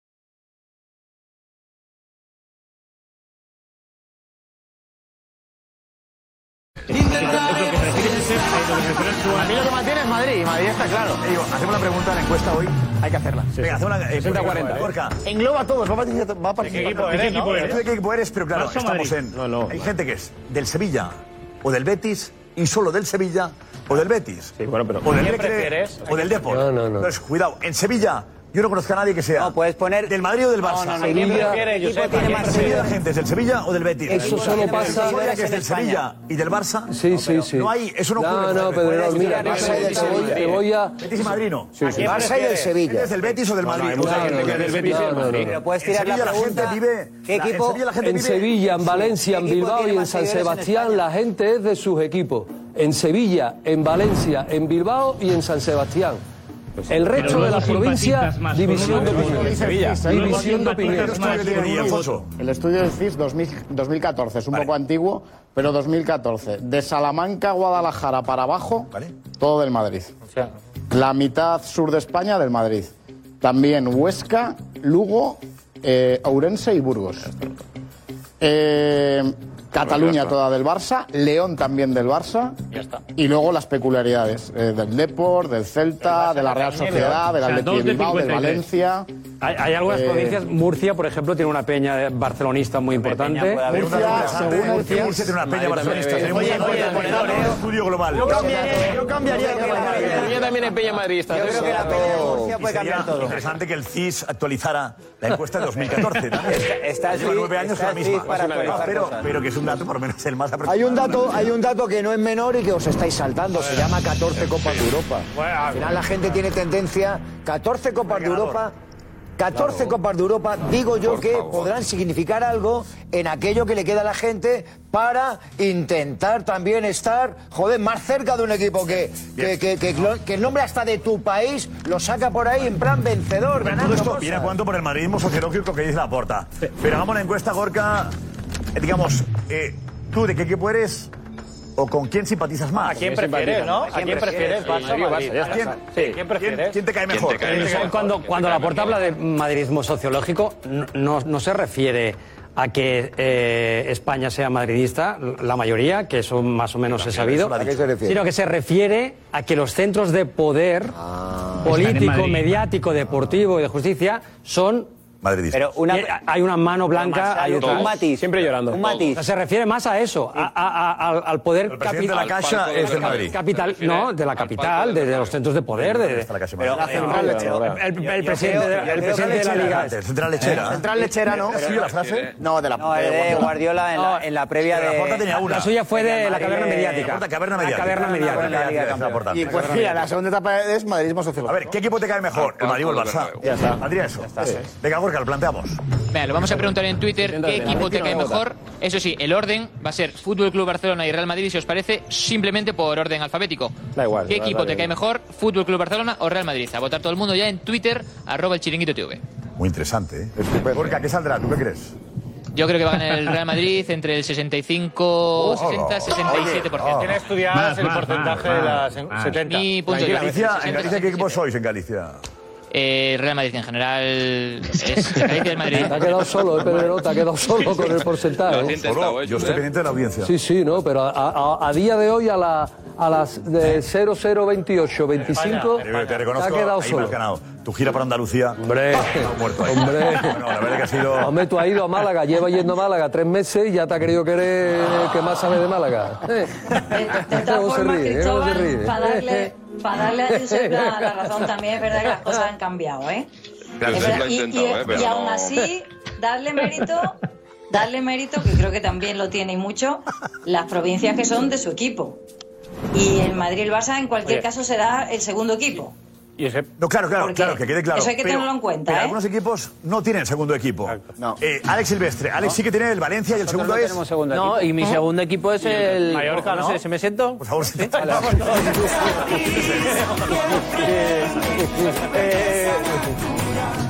Speaker 16: A mí lo que mantiene es Madrid, y Madrid está claro.
Speaker 9: Digo, hacemos una pregunta en la encuesta hoy. Hay que hacerla. Venga, hacemos una. eh,
Speaker 16: 60-40,
Speaker 9: porque- Gorka.
Speaker 16: Engloba a todos, va a participar. Va
Speaker 9: ¿De
Speaker 16: a
Speaker 9: qué
Speaker 16: participar
Speaker 9: equipo
Speaker 16: todo.
Speaker 9: eres? ¿no? ¿Tú de qué equipo eres? Pero claro,
Speaker 16: Barça o
Speaker 9: estamos
Speaker 16: Madrid.
Speaker 9: en. hay gente que es del Sevilla o del Betis y solo del Sevilla o del Betis. O del
Speaker 23: ¿Qué
Speaker 9: Recre
Speaker 23: prefieres?
Speaker 9: o del Depor.
Speaker 23: No, no, no.
Speaker 9: Entonces, cuidado, en Sevilla yo no conozco a nadie que sea. No, puedes poner. ¿Del Madrid o del Barça?
Speaker 23: No, no, no. ¿Quién Sevilla- prefiere,
Speaker 9: ¿Qué
Speaker 23: Josep?
Speaker 9: equipo tiene
Speaker 23: ¿Quién
Speaker 9: más
Speaker 23: prefiere?
Speaker 9: Sevilla de gente? ¿Es del Sevilla o del Betis?
Speaker 23: Eso solo pasa-
Speaker 9: Fuera que es del Sevilla y del Barça.
Speaker 10: Sí, sí, sí.
Speaker 9: No hay, eso no
Speaker 10: No,
Speaker 9: ocurre.
Speaker 10: no, Pedrerol, mira, Barça y del
Speaker 9: Te voy-
Speaker 10: Sevilla.
Speaker 9: te voy
Speaker 10: a-
Speaker 9: Betis y Madrid no.
Speaker 10: Sí, sí. Barça y del
Speaker 9: prefieres?
Speaker 10: Sevilla.
Speaker 9: ¿Eres del Betis o del
Speaker 10: No, no,
Speaker 9: Madrid?
Speaker 10: hay mucha gente que es del Betis y del Madrid.
Speaker 23: Pero puedes
Speaker 9: En
Speaker 23: tirar la
Speaker 9: Sevilla
Speaker 23: pregunta,
Speaker 9: gente vive-
Speaker 23: ¿qué
Speaker 9: la-
Speaker 23: equipo-
Speaker 9: En Sevilla la gente
Speaker 10: En
Speaker 9: vive-
Speaker 10: Sevilla, en Valencia, en
Speaker 23: ¿Qué equipo
Speaker 10: Bilbao
Speaker 23: tiene
Speaker 10: y en
Speaker 23: más
Speaker 10: San
Speaker 23: seguidores en
Speaker 10: Sebastián la gente es de sus equipos. En Sevilla, en Valencia, en Bilbao y en San Sebastián. El resto
Speaker 22: Pues Pero
Speaker 10: de
Speaker 22: luego
Speaker 10: las provincias,
Speaker 22: simpatizas más con
Speaker 10: división
Speaker 22: uno
Speaker 10: de
Speaker 22: que con
Speaker 10: opinión.
Speaker 22: otro. Luego
Speaker 10: División de opinión.
Speaker 22: simpatizas más con uno.
Speaker 16: El estudio del CIS 2000 2014, es un poco antiguo, pero 2014. De Salamanca a Guadalajara para abajo, todo del Madrid. La mitad sur de España del Madrid. También Huesca, Lugo, eh, Ourense y Burgos. Eh,
Speaker 3: Ya
Speaker 16: Cataluña
Speaker 3: está.
Speaker 16: toda del Barça, León también del Barça.
Speaker 3: Ya está.
Speaker 16: Y luego las peculiaridades eh, del Depor, del Celta, de la Real Sociedad, del
Speaker 20: ¿eh? O sea,
Speaker 16: Atleti
Speaker 20: dos
Speaker 16: de
Speaker 20: de
Speaker 16: Bilbao, del
Speaker 20: 53.
Speaker 16: Valencia.
Speaker 20: Hay, hay algunas
Speaker 16: Eh,
Speaker 20: provincias, Murcia, por ejemplo, tiene una peña barcelonista muy importante.
Speaker 9: Peña puede haber una interesante.
Speaker 20: según
Speaker 9: Murcia,
Speaker 20: el-
Speaker 9: Murcia tiene una peña
Speaker 20: Madrid
Speaker 9: barcelonista,
Speaker 10: eh,
Speaker 20: también.
Speaker 9: tiene mucha-
Speaker 20: Oye,
Speaker 9: oye,
Speaker 20: oye,
Speaker 9: oye, estudio global.
Speaker 4: Yo cambiaría, yo cambiaría.
Speaker 9: Yo también es peña madridista.
Speaker 4: Yo creo que la peña de Murcia puede cambiar todo.
Speaker 9: Interesante que el CIS actualizara la encuesta de 2014. ¿no?
Speaker 4: está el
Speaker 9: Lleva
Speaker 4: CIS-
Speaker 9: nueve años
Speaker 4: está
Speaker 9: la
Speaker 4: el
Speaker 9: misma.
Speaker 4: CIS para
Speaker 9: No,
Speaker 4: actualizar
Speaker 9: pero,
Speaker 4: cosas.
Speaker 9: pero que es un dato por lo menos el más
Speaker 4: Hay
Speaker 9: aproximado.
Speaker 4: un dato, hay un dato que no es menor y que os estáis saltando. Se llama 14 Copas de Europa. Al final la gente tiene tendencia 14 Copas de Europa. 14 Copas de Europa, digo yo que podrán significar algo en aquello que le queda a la gente para intentar también estar, joder, más cerca de un equipo que, que, que, que- que el nombre hasta de tu país lo saca por ahí en plan vencedor,
Speaker 9: Todo
Speaker 4: ganando
Speaker 9: esto
Speaker 4: cosas.
Speaker 9: viene a cuento por el madridismo sociológico que dice la porta. Pero vamos a la encuesta, Gorka. Eh, digamos, eh, ¿tú de qué equipo eres? ¿O con quién simpatizas más?
Speaker 2: ¿A quién prefieres, no? ¿A quién prefieres? Barça,
Speaker 9: Sí,
Speaker 2: Madrid.
Speaker 9: Barça, ya está.
Speaker 2: ¿A quién?
Speaker 9: Sí. ¿Quién prefieres? ¿Quién te cae mejor?
Speaker 20: Cuando, cuando la porta habla de madridismo sociológico, no- no, no se refiere a que eh, España sea madridista, la mayoría, que eso más o menos es sabido,
Speaker 21: eso lo ha dicho. ¿A qué se refiere?
Speaker 20: sino que se refiere a que los centros de poder
Speaker 21: Ah. Están en
Speaker 20: político,
Speaker 21: Madrid.
Speaker 20: mediático, deportivo y de justicia son... Pero una- hay una mano blanca,
Speaker 21: Pero más
Speaker 20: hay otra.
Speaker 21: algo, un matiz,
Speaker 20: Siempre llorando.
Speaker 21: un matiz.
Speaker 20: O sea, Se refiere más a eso, a- a- a- al, al poder
Speaker 21: El
Speaker 9: presidente
Speaker 20: capital.
Speaker 9: de la Caixa
Speaker 20: al-
Speaker 9: es de
Speaker 20: al-
Speaker 9: Madrid.
Speaker 20: Capital, no, de la capital, de, de los centros de poder, de,
Speaker 9: Está la Caixa
Speaker 20: de la
Speaker 9: Madrid.
Speaker 20: central,
Speaker 9: Pero-
Speaker 20: el- el,
Speaker 9: Yo- yo
Speaker 20: presidente,
Speaker 9: creo-
Speaker 20: de-
Speaker 9: yo
Speaker 20: el
Speaker 9: creo
Speaker 20: presidente
Speaker 9: que
Speaker 20: de la
Speaker 9: Lechera,
Speaker 20: liga.
Speaker 9: antes, central lechera.
Speaker 4: Central lechera, ¿no?
Speaker 9: ¿Has oído la frase?
Speaker 4: No, de la
Speaker 9: No,
Speaker 4: de
Speaker 9: de
Speaker 4: Guardiola.
Speaker 9: Guardiola
Speaker 4: en la, en la previa
Speaker 9: Pero
Speaker 4: de.
Speaker 9: la Porta tenía una.
Speaker 4: La suya fue de la caverna mediática.
Speaker 9: La caverna
Speaker 4: La
Speaker 9: mediática. Ah,
Speaker 4: caverna mediática.
Speaker 9: La caverna mediática es la porta.
Speaker 16: Y pues mira, la segunda etapa es madridismo sociológico.
Speaker 9: A ver, ¿qué equipo te cae mejor?
Speaker 2: Ah,
Speaker 9: ¿El Madrid o el Barça?
Speaker 16: Ya está.
Speaker 9: Adrián, eso. Eso es. Venga, Gorka, lo planteamos.
Speaker 6: Venga, lo vamos a preguntar en Twitter qué
Speaker 9: Atlético
Speaker 6: equipo te
Speaker 9: no
Speaker 6: cae
Speaker 9: me vota.
Speaker 6: mejor. Eso sí, el orden va a ser Fútbol Club Barcelona y Real Madrid, si os parece, simplemente por orden alfabético.
Speaker 21: Da igual.
Speaker 6: ¿Qué equipo te cae mejor? ¿Fútbol Club Barcelona o Real Madrid? A votar todo el mundo ya en Twitter, arroba el chiringuito TV.
Speaker 9: Muy interesante, ¿eh? Gorka, ¿qué saldrá? ¿Tú qué crees?
Speaker 6: Yo creo que va a ganar el Real Madrid
Speaker 2: [laughs]
Speaker 6: entre el 65,
Speaker 9: oh,
Speaker 6: 60, 67%.
Speaker 2: Oh, Tiene estudiadas el porcentaje de las en- 70.
Speaker 6: Mi punto
Speaker 9: ¿En
Speaker 6: de
Speaker 9: Galicia,
Speaker 6: vista.
Speaker 9: ¿En Galicia qué equipo sois en Galicia?
Speaker 6: Eh, Real Madrid, que en
Speaker 9: [laughs]
Speaker 6: general es Galicia del Madrid.
Speaker 10: Ha quedado solo, eh, Pedrerota, ha quedado solo con el porcentaje. ¿eh?
Speaker 9: Yo estoy pendiente de la audiencia.
Speaker 10: Sí, sí, no, pero a, a- a día de hoy a, la, a las de 0028, 25,
Speaker 9: Te, te
Speaker 10: ha
Speaker 9: reconozco,
Speaker 10: quedado
Speaker 9: ahí me
Speaker 10: solo.
Speaker 9: has ganado. Tu gira por Andalucía. Hombre, muerto ahí.
Speaker 10: Hombre.
Speaker 9: Bueno, la verdad que ha sido.
Speaker 10: Hombre, tú has ido a Málaga, lleva yendo a Málaga tres meses y ya te ha creído que eres el que más sabe de Málaga. Eh,
Speaker 11: De todas
Speaker 10: ¿Cómo se
Speaker 11: formas,
Speaker 10: ríe? ¿eh? ¿Cómo se
Speaker 11: Cristóbal,
Speaker 10: ríe?
Speaker 11: para darle, para darle a Josep la, la razón también, es verdad que las cosas han cambiado, ¿eh?
Speaker 7: Claro,
Speaker 11: Es
Speaker 7: sí,
Speaker 11: verdad,
Speaker 7: lo ha
Speaker 11: y,
Speaker 7: intentado,
Speaker 11: y-
Speaker 7: ¿eh? Pero
Speaker 11: y aún
Speaker 7: no-
Speaker 11: así, darle mérito, darle mérito, que creo que también lo tiene y mucho, las provincias que son de su equipo. Y el Madrid y el Barça, en cualquier
Speaker 9: Oye.
Speaker 11: caso, será el segundo equipo.
Speaker 9: No, claro, claro, claro, que quede claro.
Speaker 11: Eso hay que tenerlo en cuenta,
Speaker 9: pero
Speaker 11: ¿eh?
Speaker 9: algunos equipos no tienen segundo equipo. No. Eh, Alex Silvestre, Alex sí que tiene el Valencia y el segundo
Speaker 24: no
Speaker 9: es.
Speaker 24: tenemos segundo No, equipo. y mi Ajá. segundo equipo es el-
Speaker 9: Mallorca,
Speaker 24: no sé, ¿se me siento?
Speaker 9: Por favor, sí.
Speaker 24: Eh,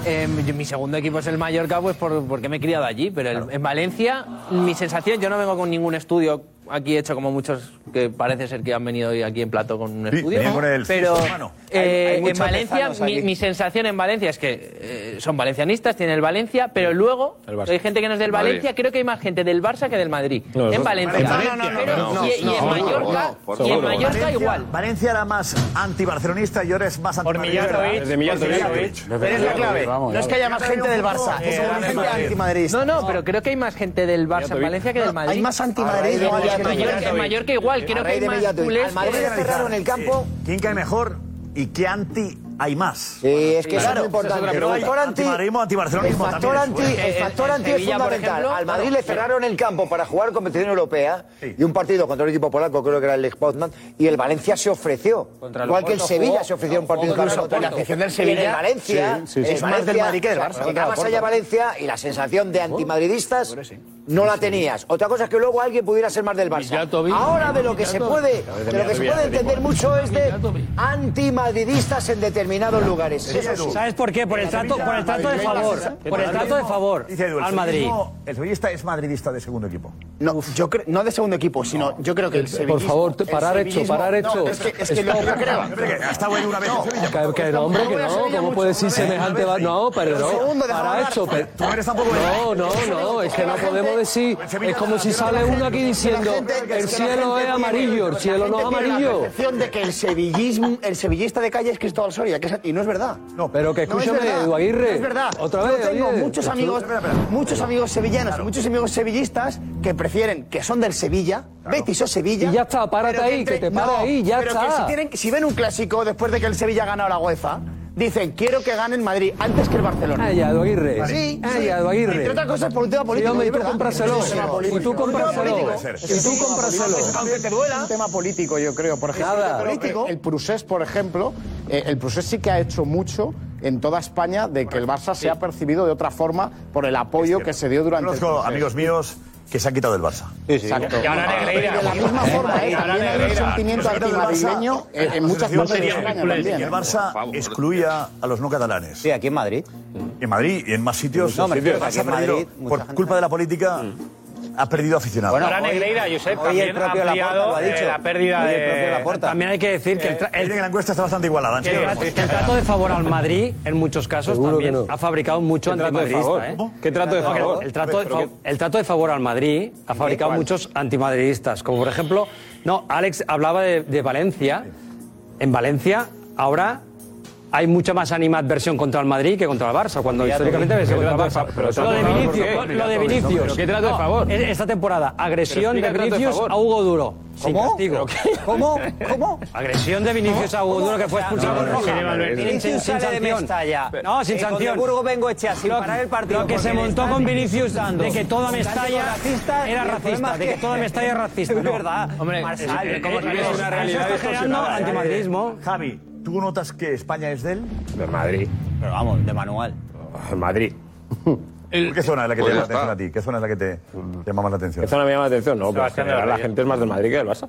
Speaker 24: eh, mi segundo equipo es el Mallorca, pues por- porque me he criado allí, pero el- en Valencia mi sensación, yo no vengo con ningún estudio aquí hecho como muchos que parece ser que han venido hoy aquí en plato con un
Speaker 9: Sí,
Speaker 24: estudio,
Speaker 9: venían con el
Speaker 24: pero
Speaker 9: fútbol humano.
Speaker 24: eh,
Speaker 9: Hay- hay
Speaker 24: en
Speaker 9: muchos
Speaker 24: Valencia
Speaker 9: tezanos
Speaker 24: mi,
Speaker 9: aquí.
Speaker 24: mi sensación en Valencia es que eh, son valencianistas, tienen el Valencia, pero luego
Speaker 15: El Barça.
Speaker 24: hay gente que no es del
Speaker 15: Madrid.
Speaker 24: Valencia, creo que hay más gente del Barça que del Madrid
Speaker 15: No,
Speaker 24: en
Speaker 15: no,
Speaker 24: Valencia.
Speaker 15: en Valencia.
Speaker 24: Pero-
Speaker 15: No,
Speaker 24: y, y
Speaker 15: no,
Speaker 24: en
Speaker 15: no,
Speaker 24: Mallorca,
Speaker 15: no, por
Speaker 24: y en
Speaker 15: favor.
Speaker 24: Mallorca
Speaker 9: Valencia-
Speaker 24: igual.
Speaker 9: Valencia era más anti-barcelonista y ahora es más anti Por
Speaker 15: Mijatovic. Desde Mijatovic.
Speaker 24: Pero es la clave. No es que haya más gente del Barça,
Speaker 9: Eh,
Speaker 24: es solo
Speaker 9: Real
Speaker 24: gente
Speaker 9: Madrid.
Speaker 24: antimadridista. No, no, pero creo que hay más gente del Barça en Valencia que del Madrid.
Speaker 4: Hay más antimadrid.
Speaker 24: En Mallorca, en Mallorca igual, creo que hay más culés.
Speaker 9: Vamos a analizar,
Speaker 4: cerraron el campo.
Speaker 9: eh, ¿Quién cae mejor y qué anti hay más?
Speaker 4: Sí, es que eso es muy importante.
Speaker 9: Pero
Speaker 4: El factor anti-
Speaker 9: antimadridismo,
Speaker 4: El
Speaker 9: antibarcelonismo
Speaker 4: factor anti,
Speaker 9: también es
Speaker 4: el
Speaker 16: Eh,
Speaker 9: fuerte.
Speaker 4: factor anti es fundamental. Al Madrid le cerraron el campo para jugar competición europea y un partido contra un equipo polaco, creo que era el Lech Poznan, y el Valencia se ofreció.
Speaker 16: Contra el
Speaker 4: Igual que el
Speaker 16: Oporto
Speaker 4: Sevilla
Speaker 16: jugó-
Speaker 4: se ofreció un partido
Speaker 16: jugó
Speaker 4: incluso
Speaker 16: contra el Oporto.
Speaker 4: contra
Speaker 16: La afición del
Speaker 4: Y
Speaker 16: Sevilla-
Speaker 4: en el Valencia,
Speaker 16: Sí, sí, sí.
Speaker 4: el
Speaker 16: Es más del
Speaker 4: Valencia-
Speaker 16: Madrid que del Barça,
Speaker 4: o sea,
Speaker 16: contra el
Speaker 4: más
Speaker 16: Oporto.
Speaker 4: allá Valencia y la sensación de antimadridistas no la tenías. Otra cosa es que luego alguien pudiera ser más del Barça. Ahora de lo que se puede, de lo que se puede entender mucho es de antimadridistas en determinados lugares. Eso sí.
Speaker 20: ¿Sabes por qué? Por el trato, por el trato de favor. Por el trato de favor
Speaker 9: Dice Edu, el
Speaker 20: al Madrid.
Speaker 9: sevillano- El sevillista es madridista de segundo equipo.
Speaker 16: No, yo creo, no de segundo equipo, sino yo creo que el
Speaker 9: Por
Speaker 16: sevillismo...
Speaker 9: favor, te-
Speaker 16: el
Speaker 9: parar hecho,
Speaker 16: sevillismo-
Speaker 9: parar
Speaker 16: no,
Speaker 9: hecho.
Speaker 16: es que, es que
Speaker 9: Stop.
Speaker 16: lo que yo creo...
Speaker 9: Hombre, que ha estado ahí una vez en Sevilla.
Speaker 10: Que, que no, hombre, que no. ¿Cómo puede decir semejante va? No, pero no. Para esto, pero.
Speaker 9: Tú eres tampoco
Speaker 10: No, no, no. Es que no podemos decir. Es como si sale uno aquí diciendo: el cielo es amarillo, el cielo no es
Speaker 4: La
Speaker 10: amarillo.
Speaker 4: percepción de que el sevillismo, el sevillista de calle es Cristóbal Soria, que es- y no es verdad.
Speaker 10: No, pero que escúchame,
Speaker 4: no es verdad,
Speaker 10: Edu Aguirre.
Speaker 4: no es verdad.
Speaker 10: Otra
Speaker 4: Yo
Speaker 10: vez,
Speaker 4: tengo
Speaker 10: oye.
Speaker 4: muchos amigos,
Speaker 10: Espera, espera, espera.
Speaker 4: muchos amigos sevillanos, y muchos amigos sevillistas que prefieren que son del Sevilla, Betis o Sevilla.
Speaker 10: Y ya está, párate
Speaker 4: pero
Speaker 10: ahí, que te para
Speaker 4: no,
Speaker 10: ahí, ya
Speaker 4: pero
Speaker 10: está.
Speaker 4: que si, tienen- si ven un clásico después de que el Sevilla ha ganado la UEFA, dicen quiero que gane el Madrid antes que el Barcelona.
Speaker 10: Ay, Edu Aguirre.
Speaker 4: Sí,
Speaker 10: Ay,
Speaker 4: sí.
Speaker 10: Edu Aguirre.
Speaker 4: Entre otras cosas por un tema
Speaker 10: Sí,
Speaker 4: político.
Speaker 10: hombre, y
Speaker 4: es
Speaker 10: tú
Speaker 4: verdad.
Speaker 10: cómpraselo.
Speaker 4: Es un tema
Speaker 10: Y tú
Speaker 4: político. Es un tema
Speaker 10: cómpraselo.
Speaker 4: político.
Speaker 10: Y tú
Speaker 4: Es un tema
Speaker 10: cómpraselo.
Speaker 4: político.
Speaker 10: Aunque te
Speaker 4: duela.
Speaker 1: un tema político, yo creo. Por ejemplo,
Speaker 10: Nada.
Speaker 1: yo creo que el Prusés, por ejemplo, eh, el Prusés sí que ha hecho mucho en toda España de que el Barça se ha percibido de otra forma por el apoyo que se dio durante el
Speaker 9: Conozco
Speaker 1: Prusés.
Speaker 9: amigos míos que se han quitado del Barça.
Speaker 1: Exacto. Y ahora Negreira.
Speaker 9: De la misma
Speaker 1: forma, ¿eh? También hay un sentimiento antimadrileño en- en muchas partes de España también.
Speaker 9: Y el Barça excluía a los no catalanes. Sí, aquí en Madrid. En Madrid y en más sitios.
Speaker 2: No, me refiero
Speaker 9: El
Speaker 2: que aquí
Speaker 9: Barça
Speaker 2: en
Speaker 9: ha perdido,
Speaker 2: Madrid mucha
Speaker 9: por
Speaker 2: gente-
Speaker 9: culpa de la política, ha perdido aficionados.
Speaker 2: Ahora Negreira, Josep, también ha ampliado eh, la pérdida de...
Speaker 20: También hay que decir que el, tra- el-
Speaker 9: Miren Eh, que la encuesta está bastante igualada. han
Speaker 20: que
Speaker 9: sido
Speaker 20: el-
Speaker 9: los-
Speaker 20: que el trato de favor al Madrid, en muchos casos, también ha fabricado mucho
Speaker 9: ¿Qué trato de favor?
Speaker 20: antimadridista. ¿eh?
Speaker 9: ¿Cómo? ¿Qué trato de
Speaker 20: No, que el-
Speaker 9: favor?
Speaker 20: El trato de,
Speaker 9: Pero
Speaker 20: fa- el trato de favor al Madrid ha fabricado
Speaker 9: ¿Cuál?
Speaker 20: muchos antimadridistas. Como por ejemplo, no, Alex hablaba de, de Valencia. En Valencia, ahora. Hay mucha más animadversión contra el Madrid que contra el Barça, cuando
Speaker 15: Fíjate,
Speaker 20: históricamente había sido
Speaker 15: ¿qué
Speaker 20: contra el
Speaker 15: trato de
Speaker 20: Barça.
Speaker 15: fa- pero
Speaker 20: Lo
Speaker 15: trato
Speaker 20: de
Speaker 15: de favor,
Speaker 20: Vinicius,
Speaker 15: ¿por
Speaker 20: lo-
Speaker 15: qué?
Speaker 20: lo de
Speaker 15: Pero
Speaker 20: Vinicius.
Speaker 15: ¿qué trato de
Speaker 20: No,
Speaker 15: favor?
Speaker 20: e- Esta temporada, agresión de
Speaker 15: explica el trato de
Speaker 20: Vinicius
Speaker 15: favor.
Speaker 20: a Hugo Duro. sin
Speaker 15: ¿Cómo?
Speaker 20: castigo.
Speaker 15: ¿Cómo?
Speaker 20: ¿Cómo? Agresión de Vinicius a Hugo Duro que fue expulsado por roja. Sin- sin-
Speaker 3: Vinicius
Speaker 20: sin
Speaker 3: sale de
Speaker 20: sanción.
Speaker 3: Mestalla.
Speaker 20: No, sin
Speaker 3: Eh,
Speaker 20: sanción.
Speaker 3: Con Burgo vengo eche sin
Speaker 20: Lo-
Speaker 3: parar el partido.
Speaker 20: Lo que se
Speaker 3: porque le
Speaker 20: montó
Speaker 3: están
Speaker 20: con Vinicius
Speaker 3: insultando.
Speaker 20: de que toda
Speaker 3: Un cántico
Speaker 20: Mestalla
Speaker 3: racista,
Speaker 20: era
Speaker 3: y el problema
Speaker 20: racista,
Speaker 3: es
Speaker 20: de que toda
Speaker 3: [laughs]
Speaker 20: Mestalla es racista.
Speaker 3: Es
Speaker 20: No.
Speaker 3: verdad.
Speaker 20: Hombre,
Speaker 3: Marsal,
Speaker 20: es-
Speaker 3: ¿cómo
Speaker 20: es-
Speaker 3: te
Speaker 20: es
Speaker 3: ves?
Speaker 20: una
Speaker 3: Eso
Speaker 20: realidad
Speaker 3: está generando
Speaker 20: distorsionada, ¿eh?
Speaker 9: antimadridismo. Javi, ¿tú notas que España es de él?
Speaker 15: De Madrid.
Speaker 9: Pero vamos, de manual.
Speaker 15: En Madrid.
Speaker 9: ¿Qué zona es la que te
Speaker 15: Pues
Speaker 9: llama la
Speaker 15: ya
Speaker 9: atención a ti? ¿Qué zona es la que te llama más la atención?
Speaker 15: Esa no me llama la atención, no. Pero en
Speaker 9: Sebastián de
Speaker 15: general la
Speaker 9: Reyes.
Speaker 15: gente es más del Madrid que del Barça.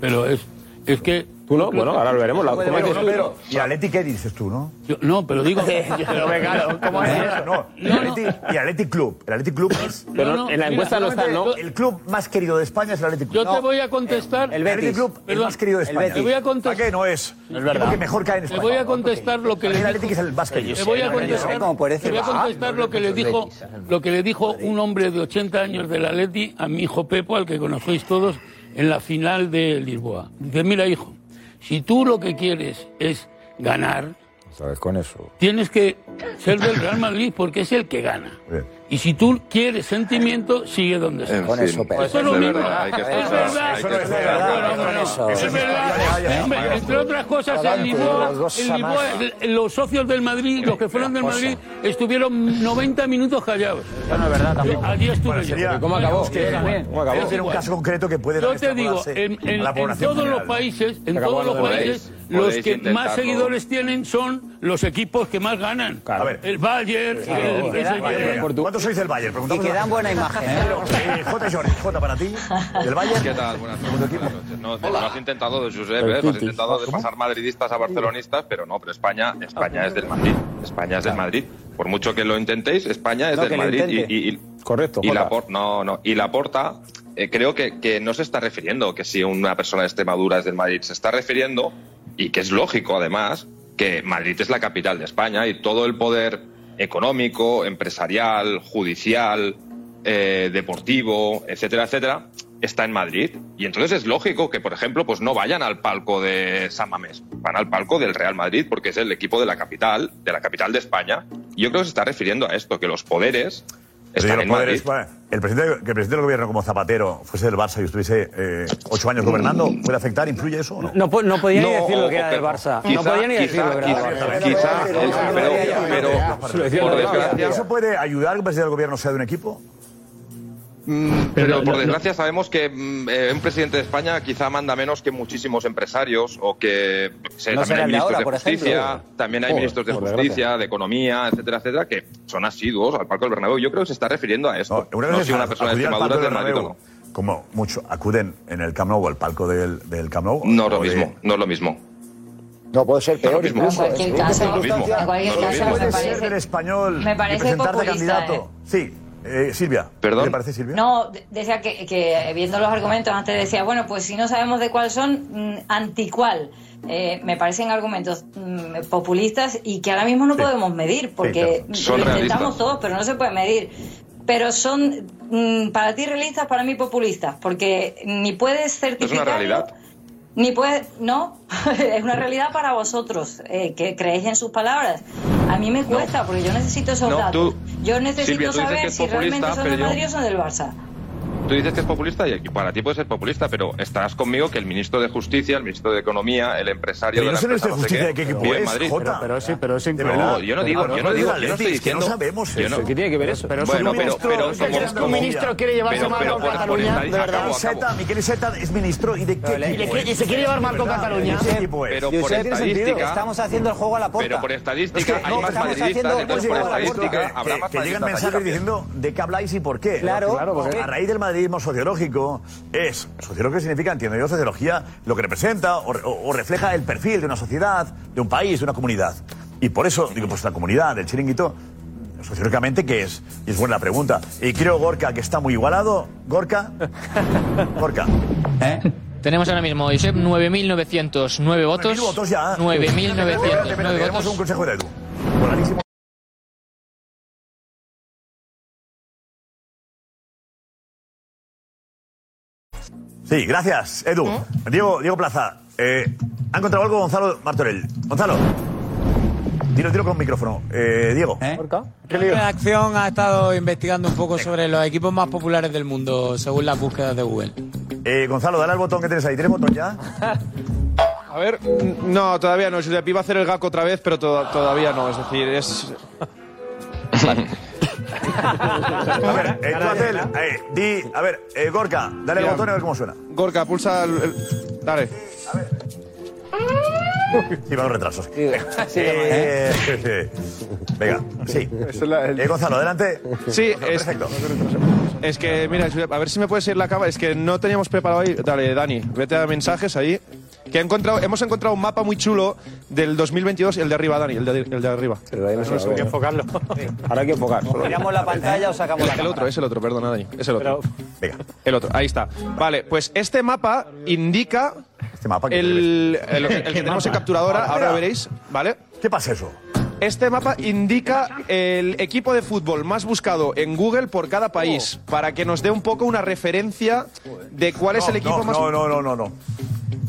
Speaker 7: Pero es, es que.
Speaker 15: Tú no, bueno, ahora lo veremos. La,
Speaker 9: Pero,
Speaker 15: ¿cómo dices tú?
Speaker 9: pero, ¿Y Atleti qué dices tú, no?
Speaker 7: Yo- no, pero digo.
Speaker 15: [laughs] Pero me
Speaker 7: [laughs]
Speaker 15: calo, ¿cómo es eso?
Speaker 9: No, y Atleti- y Atleti Club. El Atleti Club es.
Speaker 15: Pero no, en la encuesta no está, ¿no?
Speaker 9: El club más querido de España es el Atleti Club.
Speaker 7: Yo te voy a contestar.
Speaker 9: El Athletic Club, el
Speaker 7: Perdón,
Speaker 9: más querido de España.
Speaker 7: Te voy a contestar.
Speaker 9: ¿Para qué no es?
Speaker 7: Es verdad.
Speaker 9: Porque mejor cae en
Speaker 7: Te
Speaker 9: España.
Speaker 7: voy a contestar lo que
Speaker 9: El
Speaker 7: le dijo-
Speaker 9: Athletic es el más querido.
Speaker 7: Te voy a contestar, te voy a contestar lo que le dijo, lo que le dijo un hombre de 80 años del Atleti a mi hijo Pepo, al que conocéis todos, en la final de Lisboa. Dice, mira hijo, si tú lo que quieres es ganar,
Speaker 8: ¿Sabes con eso?
Speaker 7: tienes que ser del Real Madrid porque es el que gana. Y si tú quieres sentimiento, sigue donde estás.
Speaker 8: Con eso, Pedro.
Speaker 7: Eso es lo
Speaker 8: Es
Speaker 7: mismo.
Speaker 8: verdad, hay que
Speaker 7: Es
Speaker 8: escuchar,
Speaker 7: verdad.
Speaker 8: hay que
Speaker 7: Es
Speaker 8: escuchar.
Speaker 7: verdad, hombre,
Speaker 8: Con
Speaker 7: no.
Speaker 8: eso.
Speaker 7: Es verdad.
Speaker 8: Ya, ya, ya.
Speaker 7: Hombre, Entre otras cosas, en
Speaker 8: Adelante,
Speaker 7: Lisboa,
Speaker 8: los dos
Speaker 7: en
Speaker 8: a
Speaker 7: Lisboa,
Speaker 8: más.
Speaker 7: el- los socios del Madrid, los que fueron del
Speaker 8: cosa.
Speaker 7: Madrid, estuvieron 90 minutos callados. no es verdad tampoco. Allí estuve yo.
Speaker 9: Es que- Debe ser un caso concreto que puede
Speaker 7: Yo te digo,
Speaker 9: extrapolarse
Speaker 7: en, en-
Speaker 9: a la
Speaker 7: en
Speaker 9: población
Speaker 7: todos los
Speaker 9: general.
Speaker 7: países, en
Speaker 9: Acabó
Speaker 7: todos los
Speaker 9: hablando de
Speaker 7: países,
Speaker 9: Madrid.
Speaker 7: los
Speaker 9: Podéis
Speaker 7: que más
Speaker 9: intentarlo.
Speaker 7: seguidores tienen son los equipos que más ganan.
Speaker 9: A ver.
Speaker 7: El Bayern, el,
Speaker 9: Claro.
Speaker 7: el- el-
Speaker 9: ¿Cuántos sois del Bayern? Preguntamos
Speaker 7: Y que
Speaker 9: una
Speaker 7: dan
Speaker 9: cosa.
Speaker 7: buena imagen, ¿eh?
Speaker 9: Eh, J. Jordi, J. para ti. ¿Del Bayern?
Speaker 25: ¿Qué tal? Buenas noches. buenas noches. No, te- lo has intentado, Josep, ¿eh? Lo has intentado de pasar madridistas a barcelonistas, pero no, pero España, España es del
Speaker 9: Ah.
Speaker 25: Madrid. España es del Madrid. Por mucho que lo intentéis, España es
Speaker 15: No, que
Speaker 25: del
Speaker 15: lo
Speaker 25: Madrid. Y,
Speaker 15: intente.
Speaker 25: y- y-
Speaker 15: Correcto.
Speaker 25: y
Speaker 15: Jota.
Speaker 25: la por- no, no. Y la porta, eh, creo que, que no se está refiriendo que si una persona de Extremadura es del Madrid, se está refiriendo, y que es lógico además, que Madrid es la capital de España y todo el poder económico, empresarial, judicial, eh, deportivo, etcétera, etcétera, está en Madrid. Y entonces es lógico que, por ejemplo, pues no vayan al palco de San Mamés, van al palco del Real Madrid porque es el equipo de la capital, de la capital de España. Y yo creo que se está refiriendo a esto, que los poderes
Speaker 9: Pero
Speaker 25: están
Speaker 9: los
Speaker 25: en
Speaker 9: poderes,
Speaker 25: Madrid.
Speaker 9: bueno, eh, el presidente, que el presidente del gobierno como Zapatero fuese del Barça y estuviese eh, ocho años gobernando, ¿puede afectar? ¿Influye eso o no?
Speaker 20: No, po- no podía ni
Speaker 9: No,
Speaker 20: decir lo que
Speaker 9: o-
Speaker 20: era
Speaker 9: o
Speaker 20: del
Speaker 9: que-
Speaker 20: Barça.
Speaker 9: quizá-
Speaker 20: no podía ni decir
Speaker 9: quizá-
Speaker 20: lo que era del
Speaker 9: quizá-
Speaker 20: Barça.
Speaker 9: quizá-
Speaker 25: pero-
Speaker 9: por
Speaker 25: desgracia-
Speaker 9: ¿Eso puede ayudar que el presidente del gobierno sea de un equipo?
Speaker 25: Mm, Pero por desgracia sabemos que mm, eh, un presidente de España quizá manda menos que muchísimos empresarios o que yo qué sé,
Speaker 26: No será
Speaker 25: también hay
Speaker 26: el de
Speaker 25: ministros
Speaker 26: ahora,
Speaker 25: de
Speaker 26: por ejemplo.
Speaker 25: justicia, también hay
Speaker 26: Joder,
Speaker 25: ministros de
Speaker 26: por
Speaker 25: justicia,
Speaker 26: desgracia.
Speaker 25: de economía, etcétera, etcétera, que son asiduos al Parco del Bernabéu. Yo creo que se está refiriendo a esto. No,
Speaker 9: Una vez
Speaker 25: si una persona de
Speaker 9: acudir al
Speaker 25: Extremadura es
Speaker 9: palco
Speaker 25: de
Speaker 9: del
Speaker 25: Madrid o no.
Speaker 9: Bernabéu, Como mucho acuden en el Camp Nou o al palco del, del Camp Nou.
Speaker 25: No es lo
Speaker 9: o de-
Speaker 25: mismo, no es lo mismo.
Speaker 21: No, puede ser peor. mismo. incluso, En cualquier ¿eh? caso, en cualquier
Speaker 9: Puede
Speaker 21: caso, me
Speaker 9: ser
Speaker 21: parece-
Speaker 9: del español
Speaker 11: me parece
Speaker 9: y presentarte
Speaker 11: populista,
Speaker 9: candidato. Sí, eh, Silvia.
Speaker 25: Perdón.
Speaker 9: ¿Te parece, Silvia?
Speaker 11: No, de- decía que, que viendo los argumentos antes decía, bueno, pues si no sabemos de cuál son, mm, anticuál. Eh, me parecen argumentos mm, populistas y que ahora mismo no podemos medir, porque
Speaker 25: claro. Son
Speaker 11: lo intentamos
Speaker 25: realistas.
Speaker 11: todos, pero no se puede medir. Pero son mm, para ti realistas, para mí populistas, porque ni puedes
Speaker 25: Es una
Speaker 11: certificar
Speaker 25: realidad.
Speaker 11: ni puede, no, [laughs] es una realidad para vosotros, eh, que creéis en sus palabras. A mí me cuesta, porque yo necesito esos
Speaker 25: No,
Speaker 11: datos.
Speaker 25: tú-
Speaker 11: yo necesito
Speaker 25: Silvia, tú dices que
Speaker 11: saber
Speaker 25: es
Speaker 11: si realmente
Speaker 25: populista,
Speaker 11: son del
Speaker 25: pero yo-
Speaker 11: Madrid o son del Barça.
Speaker 25: Tú dices que es populista y para ti puede ser populista, pero estarás conmigo que el ministro de Justicia, el ministro de Economía, el empresario
Speaker 9: Pero
Speaker 25: de
Speaker 9: yo
Speaker 25: la
Speaker 9: soy
Speaker 25: empresa
Speaker 9: ministro de
Speaker 25: no sé
Speaker 9: Justicia, pues, ¿de qué equipo
Speaker 25: vive en
Speaker 9: es,
Speaker 25: Madrid.
Speaker 9: Jota?
Speaker 25: Pero-
Speaker 3: Pero sí, pero es
Speaker 25: verdad.
Speaker 3: incómodo.
Speaker 25: yo no digo, yo no digo, yo no estoy
Speaker 9: que no
Speaker 25: diciendo.
Speaker 9: sabemos
Speaker 25: yo
Speaker 9: eso.
Speaker 25: no-
Speaker 9: ¿Qué tiene que ver eso?
Speaker 25: Pero
Speaker 9: Pero
Speaker 25: bueno,
Speaker 9: soy
Speaker 25: pero,
Speaker 9: ministro-
Speaker 25: pero
Speaker 9: es que
Speaker 25: como,
Speaker 9: es que
Speaker 25: como-
Speaker 9: un ministro
Speaker 3: quiere llevarse
Speaker 25: pero-
Speaker 3: mal
Speaker 25: pero
Speaker 3: con
Speaker 25: por- por
Speaker 3: Cataluña,
Speaker 25: estadística,
Speaker 3: de verdad.
Speaker 25: acabo, acabo.
Speaker 9: Zeta, Miquel Zeta es ministro y de qué
Speaker 3: le-
Speaker 9: equipo
Speaker 3: y
Speaker 9: es?
Speaker 3: se- y se quiere llevar mal con
Speaker 9: De verdad,
Speaker 3: Cataluña.
Speaker 9: ¿de qué equipo es?
Speaker 25: Pero por estadística.
Speaker 3: Estamos haciendo el juego a la puerta.
Speaker 25: Pero por
Speaker 9: Es que
Speaker 25: estadística, hay
Speaker 9: no,
Speaker 25: más
Speaker 9: estamos
Speaker 25: madridistas,
Speaker 9: haciendo-
Speaker 25: entonces por
Speaker 9: Oye, Laporta,
Speaker 25: estadística
Speaker 9: que-
Speaker 25: habrá
Speaker 9: que-
Speaker 25: más
Speaker 9: Que llegan
Speaker 25: madridistas
Speaker 9: mensajes
Speaker 25: allí.
Speaker 9: diciendo de qué habláis y por qué.
Speaker 25: Claro,
Speaker 9: porque
Speaker 25: porque-
Speaker 9: a raíz del madridismo sociológico es. Sociológico significa, entiendo yo, sociología, lo que representa o, o- o refleja el perfil de una sociedad, de un país, de una comunidad. Y por eso, digo, pues la comunidad, el chiringuito, sociológicamente, ¿qué es? Y es buena la pregunta. Y creo, Gorka, que está muy igualado. [laughs] Gorka. Gorka. ¿Eh?
Speaker 6: [laughs] Tenemos ahora mismo, Josep, 9.909 votos.
Speaker 9: 9.000 votos ya.
Speaker 6: 9.909
Speaker 9: Tenemos
Speaker 6: votos.
Speaker 9: un consejo de Edu. Sí, gracias, Edu. Diego, Diego Plaza, eh, ¿ha encontrado algo Gonzalo Martorell? Gonzalo, dilo, dilo con micrófono. Eh, Diego.
Speaker 5: La redacción ha estado investigando un poco sobre los equipos más populares del mundo, según las búsquedas de Google.
Speaker 9: Eh, Gonzalo, dale al botón que tienes ahí. ¿Tienes botón
Speaker 8: [laughs]
Speaker 9: ya?
Speaker 8: A ver, no, todavía no. Josep iba a hacer el gaco otra vez, pero to- todavía no. Es decir, es.
Speaker 25: [laughs]
Speaker 9: A ver, eh, tú haz el- eh, di, a ver, eh, Gorka, dale al
Speaker 8: Mira.
Speaker 9: botón y a ver cómo suena.
Speaker 8: Gorka, pulsa el. el- Dale.
Speaker 9: Sí, van los retrasos. Eh, Venga, sí. Eh, Gonzalo, adelante.
Speaker 8: Sí,
Speaker 9: Gonzalo,
Speaker 8: es,
Speaker 9: perfecto.
Speaker 8: es que, mira, Josep, a ver si me puedes ir la cámara. Es que no teníamos preparado ahí. Dale, Dani, vete a mensajes ahí. Que he encontrado, hemos encontrado un mapa muy chulo del 2022, el de arriba, Dani, el de, el de arriba.
Speaker 15: no se ve.
Speaker 8: enfocarlo.
Speaker 15: Ahora hay que enfocar.
Speaker 8: ¿Miramos la
Speaker 25: [laughs]
Speaker 8: pantalla o sacamos el, el otro, es el otro, perdona, Dani. Es el otro.
Speaker 9: Venga.
Speaker 8: El otro, ahí está. Vale, pues este mapa indica.
Speaker 9: Este mapa
Speaker 8: que el, el- el que
Speaker 9: [laughs]
Speaker 8: tenemos en capturadora,
Speaker 9: Ahora.
Speaker 8: ahora lo veréis, ¿vale?
Speaker 9: ¿Qué pasa eso?
Speaker 8: Este mapa indica el equipo de fútbol más buscado en Google por cada país, para que nos dé un poco una referencia de cuál es
Speaker 9: No,
Speaker 8: el equipo
Speaker 9: no,
Speaker 8: más.
Speaker 9: No, no, no, no, no.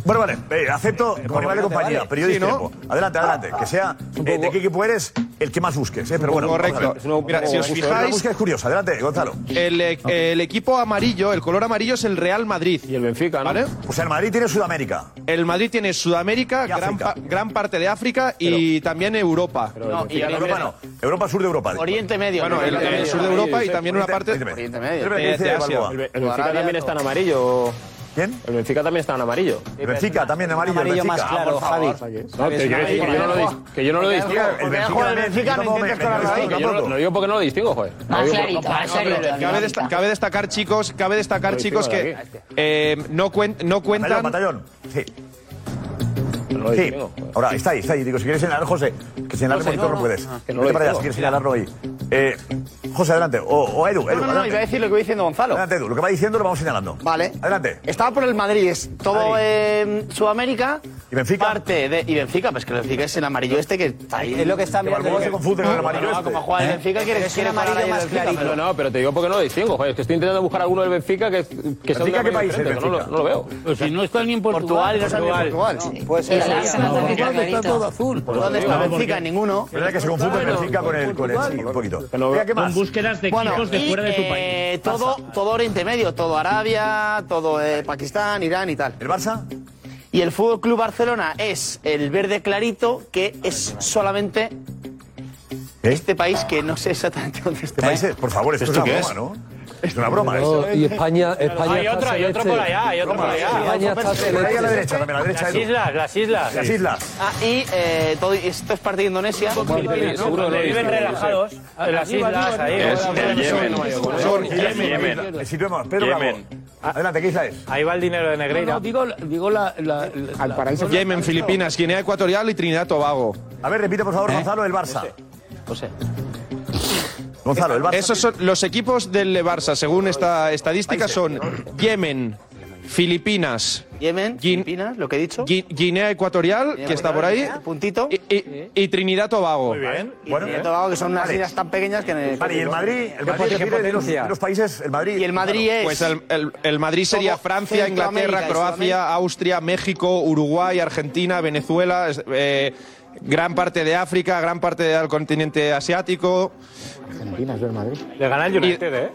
Speaker 9: Bueno, vale, eh, acepto con rival de compañía,
Speaker 8: vale.
Speaker 9: pero yo pues,
Speaker 8: Sí, ¿no?
Speaker 9: discrepo. Adelante, adelante, que sea eh, de qué equipo eres el que más busques, eh, pero bueno.
Speaker 8: Correcto.
Speaker 9: vamos a ver.
Speaker 8: Es una- Mira, si os
Speaker 9: La
Speaker 8: fijáis-
Speaker 9: búsqueda es curiosa, adelante, Gonzalo.
Speaker 8: El, e- el equipo amarillo, el color amarillo es el Real Madrid. Y el Benfica, ¿no? ¿Vale?
Speaker 9: Pues el Madrid tiene Sudamérica.
Speaker 8: El Madrid tiene Sudamérica, gran, pa- gran parte de África y también Europa.
Speaker 9: No, y Europa no. Europa, sur de Europa.
Speaker 8: Oriente Medio. Bueno, el, el sur de Europa y también una parte
Speaker 9: Oriente
Speaker 8: Medio.
Speaker 9: Espera, ¿qué
Speaker 8: de-
Speaker 9: dice
Speaker 8: de Asia.
Speaker 9: Balboa?
Speaker 8: El Be-
Speaker 15: El Benfica también está en amarillo.
Speaker 9: ¿Quién?
Speaker 15: El Benfica también está en amarillo.
Speaker 9: El Benfica también en amarillo. el Benfica. Ah,
Speaker 15: No, que quiero decir que yo no lo dis- que yo no lo distingo.
Speaker 9: El Benfica, el Benfica, no me- me
Speaker 15: Que
Speaker 9: distingo
Speaker 15: yo no-
Speaker 9: tampoco.
Speaker 15: Lo digo porque no lo distingo, joder. Lo digo porque-
Speaker 8: Cabe, desta- cabe destacar, chicos, cabe destacar,
Speaker 15: Lo
Speaker 8: chicos, que
Speaker 15: distingo de
Speaker 8: eh, no, cuen- no cuentan.
Speaker 9: Batallón, Sí. Sí, ahora está ahí, está ahí. Digo, si quieres señalar, José, que señalar el
Speaker 15: José, no,
Speaker 9: monitor no
Speaker 15: no.
Speaker 9: puedes.
Speaker 15: Ah, que no lo
Speaker 9: Vete para allá,
Speaker 15: digo.
Speaker 9: si quieres señalarlo ahí. Eh, José, adelante. O, o Edu, Edu.
Speaker 16: No, no, no,
Speaker 9: adelante.
Speaker 16: iba a decir lo que va diciendo Gonzalo.
Speaker 9: Adelante, Edu. Lo que va diciendo lo vamos señalando.
Speaker 16: Vale.
Speaker 9: Adelante.
Speaker 16: Estaba por el Madrid, es todo
Speaker 9: Madrid.
Speaker 16: en Sudamérica.
Speaker 9: ¿Y Benfica?
Speaker 16: Parte de, y Benfica, pues que el Benfica es el amarillo este que está ahí.
Speaker 15: Es lo que está
Speaker 16: Que
Speaker 15: mirando
Speaker 16: Balboa
Speaker 15: el-
Speaker 16: se confunde con el amarillo
Speaker 15: No,
Speaker 16: este.
Speaker 15: como
Speaker 16: juega el
Speaker 15: ¿Eh?
Speaker 16: Benfica, quiere-
Speaker 15: Pero es
Speaker 16: quiere
Speaker 15: un
Speaker 16: parar
Speaker 15: amarillo
Speaker 16: ahí
Speaker 15: más
Speaker 16: del Benfica,
Speaker 15: clarito.
Speaker 16: pero-
Speaker 15: No, no, pero te digo porque no lo distingo, joder. Es que estoy intentando buscar alguno del Benfica que, que sea un
Speaker 7: ¿Benfica qué
Speaker 15: amarillo
Speaker 7: país es,
Speaker 15: diferente, que no, lo-
Speaker 7: Benfica?
Speaker 15: no lo veo.
Speaker 7: Pues si no está ni en Portugal.
Speaker 16: Portugal, no está ni en Portugal.
Speaker 15: No,
Speaker 16: puede ser. El
Speaker 7: No,
Speaker 16: Arsenal también está
Speaker 7: Portugal está
Speaker 16: clarito.
Speaker 7: todo azul.
Speaker 16: Por ¿Dónde está Benfica? Ninguno.
Speaker 9: Es verdad que se confunde el Benfica con el. Con el sí, un poquito. Mira, ¿qué más?
Speaker 16: Bueno, y, eh,
Speaker 9: eh,
Speaker 16: todo, todo Oriente Medio, todo Arabia, todo eh, Pakistán, Irán y tal.
Speaker 9: ¿El Barça?
Speaker 16: Y el Fútbol Club Barcelona es el verde clarito que es solamente este país que no sé exactamente dónde está.
Speaker 9: Este país es- ¿Eh? por favor, esto es
Speaker 16: ¿Esto
Speaker 9: una
Speaker 16: qué
Speaker 9: broma,
Speaker 16: es?
Speaker 9: ¿no? Es una broma.
Speaker 10: No,
Speaker 9: esto.
Speaker 10: y España, España
Speaker 2: Hay
Speaker 10: está
Speaker 2: otro, hay otro
Speaker 10: celeste.
Speaker 2: por allá, eh. hay otro por allá.
Speaker 10: España está
Speaker 9: Por ahí a la
Speaker 10: celeste.
Speaker 9: derecha, también a la derecha.
Speaker 2: Las
Speaker 9: Edu.
Speaker 2: islas, las islas.
Speaker 9: Las islas.
Speaker 16: Ah, y eh, todo, esto es parte de Indonesia.
Speaker 2: Filipinas, ¿no? Seguro que lo
Speaker 16: Viven
Speaker 2: he visto.
Speaker 16: relajados en las islas ahí.
Speaker 2: ¿eh?
Speaker 9: Es del Yemen. Sur,
Speaker 2: Yemen.
Speaker 9: Yemen. Situemos, Pedro Bravo. Adelante, ¿qué isla es?
Speaker 2: Ahí va el dinero de Negreira.
Speaker 9: No, no,
Speaker 2: digo, digo la,
Speaker 9: Al paraíso.
Speaker 8: Yemen, Filipinas, Guinea Ecuatorial y Trinidad Tobago. ¿Eh?
Speaker 9: A ver, repite por favor, Gonzalo, el Barça.
Speaker 8: José.
Speaker 9: Gonzalo, el Barça.
Speaker 8: Esos son los equipos del Barça, según esta estadística, son Yemen, Filipinas.
Speaker 16: Yemen, Filipinas, lo que he dicho.
Speaker 8: Gui- Guinea Ecuatorial, que está por ahí.
Speaker 16: Puntito.
Speaker 8: Y, y- y Trinidad Tobago. Muy
Speaker 2: bien.
Speaker 16: Bueno, y Tobago, que son unas
Speaker 9: ¿eh? Vale.
Speaker 16: islas tan pequeñas que en el.
Speaker 9: Vale, y el Madrid, el Madrid que viene de los, de los países, el Madrid.
Speaker 16: Y el Madrid es-
Speaker 8: Pues el, el- el Madrid sería
Speaker 16: Como
Speaker 8: Francia, Inglaterra,
Speaker 16: Centroamérica y
Speaker 8: Croacia,
Speaker 16: Sudamérica.
Speaker 8: Austria, México, Uruguay, Argentina, Venezuela, es- eh, gran parte de África, gran parte del continente asiático.
Speaker 27: Argentina, es del Madrid.
Speaker 2: Le gana el United, ¿eh?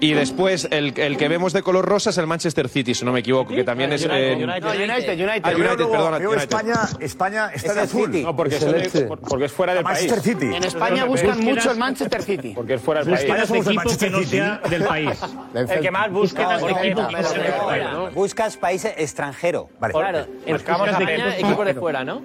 Speaker 8: Y después el, el que vemos de color rosa es el Manchester City, si no me equivoco, que también es... eh,
Speaker 16: No, United, United.
Speaker 8: Ah, United,
Speaker 9: Luego,
Speaker 8: perdona,
Speaker 9: veo
Speaker 8: United.
Speaker 9: España, España está
Speaker 8: Es
Speaker 9: de
Speaker 8: el
Speaker 9: azul.
Speaker 8: City. No, porque
Speaker 9: Este Es
Speaker 8: son
Speaker 9: el
Speaker 8: de-
Speaker 9: este.
Speaker 8: por- porque es fuera del
Speaker 9: Manchester
Speaker 8: país.
Speaker 9: City.
Speaker 16: En España
Speaker 25: pues
Speaker 16: buscan mucho el Manchester City.
Speaker 24: Porque es fuera del
Speaker 9: Pues
Speaker 16: Busquen
Speaker 24: país.
Speaker 16: ese
Speaker 24: somos el
Speaker 16: equipo
Speaker 24: Manchester
Speaker 16: que no
Speaker 24: City.
Speaker 16: sea del país.
Speaker 24: El que más busca
Speaker 16: Búsquedas de
Speaker 24: Ortega,
Speaker 16: equipos que
Speaker 24: Ortega,
Speaker 16: son de fuera, ¿no?
Speaker 4: Buscas países extranjero.
Speaker 16: Claro, en buscamos a Peña, equipos de fuera, ¿no?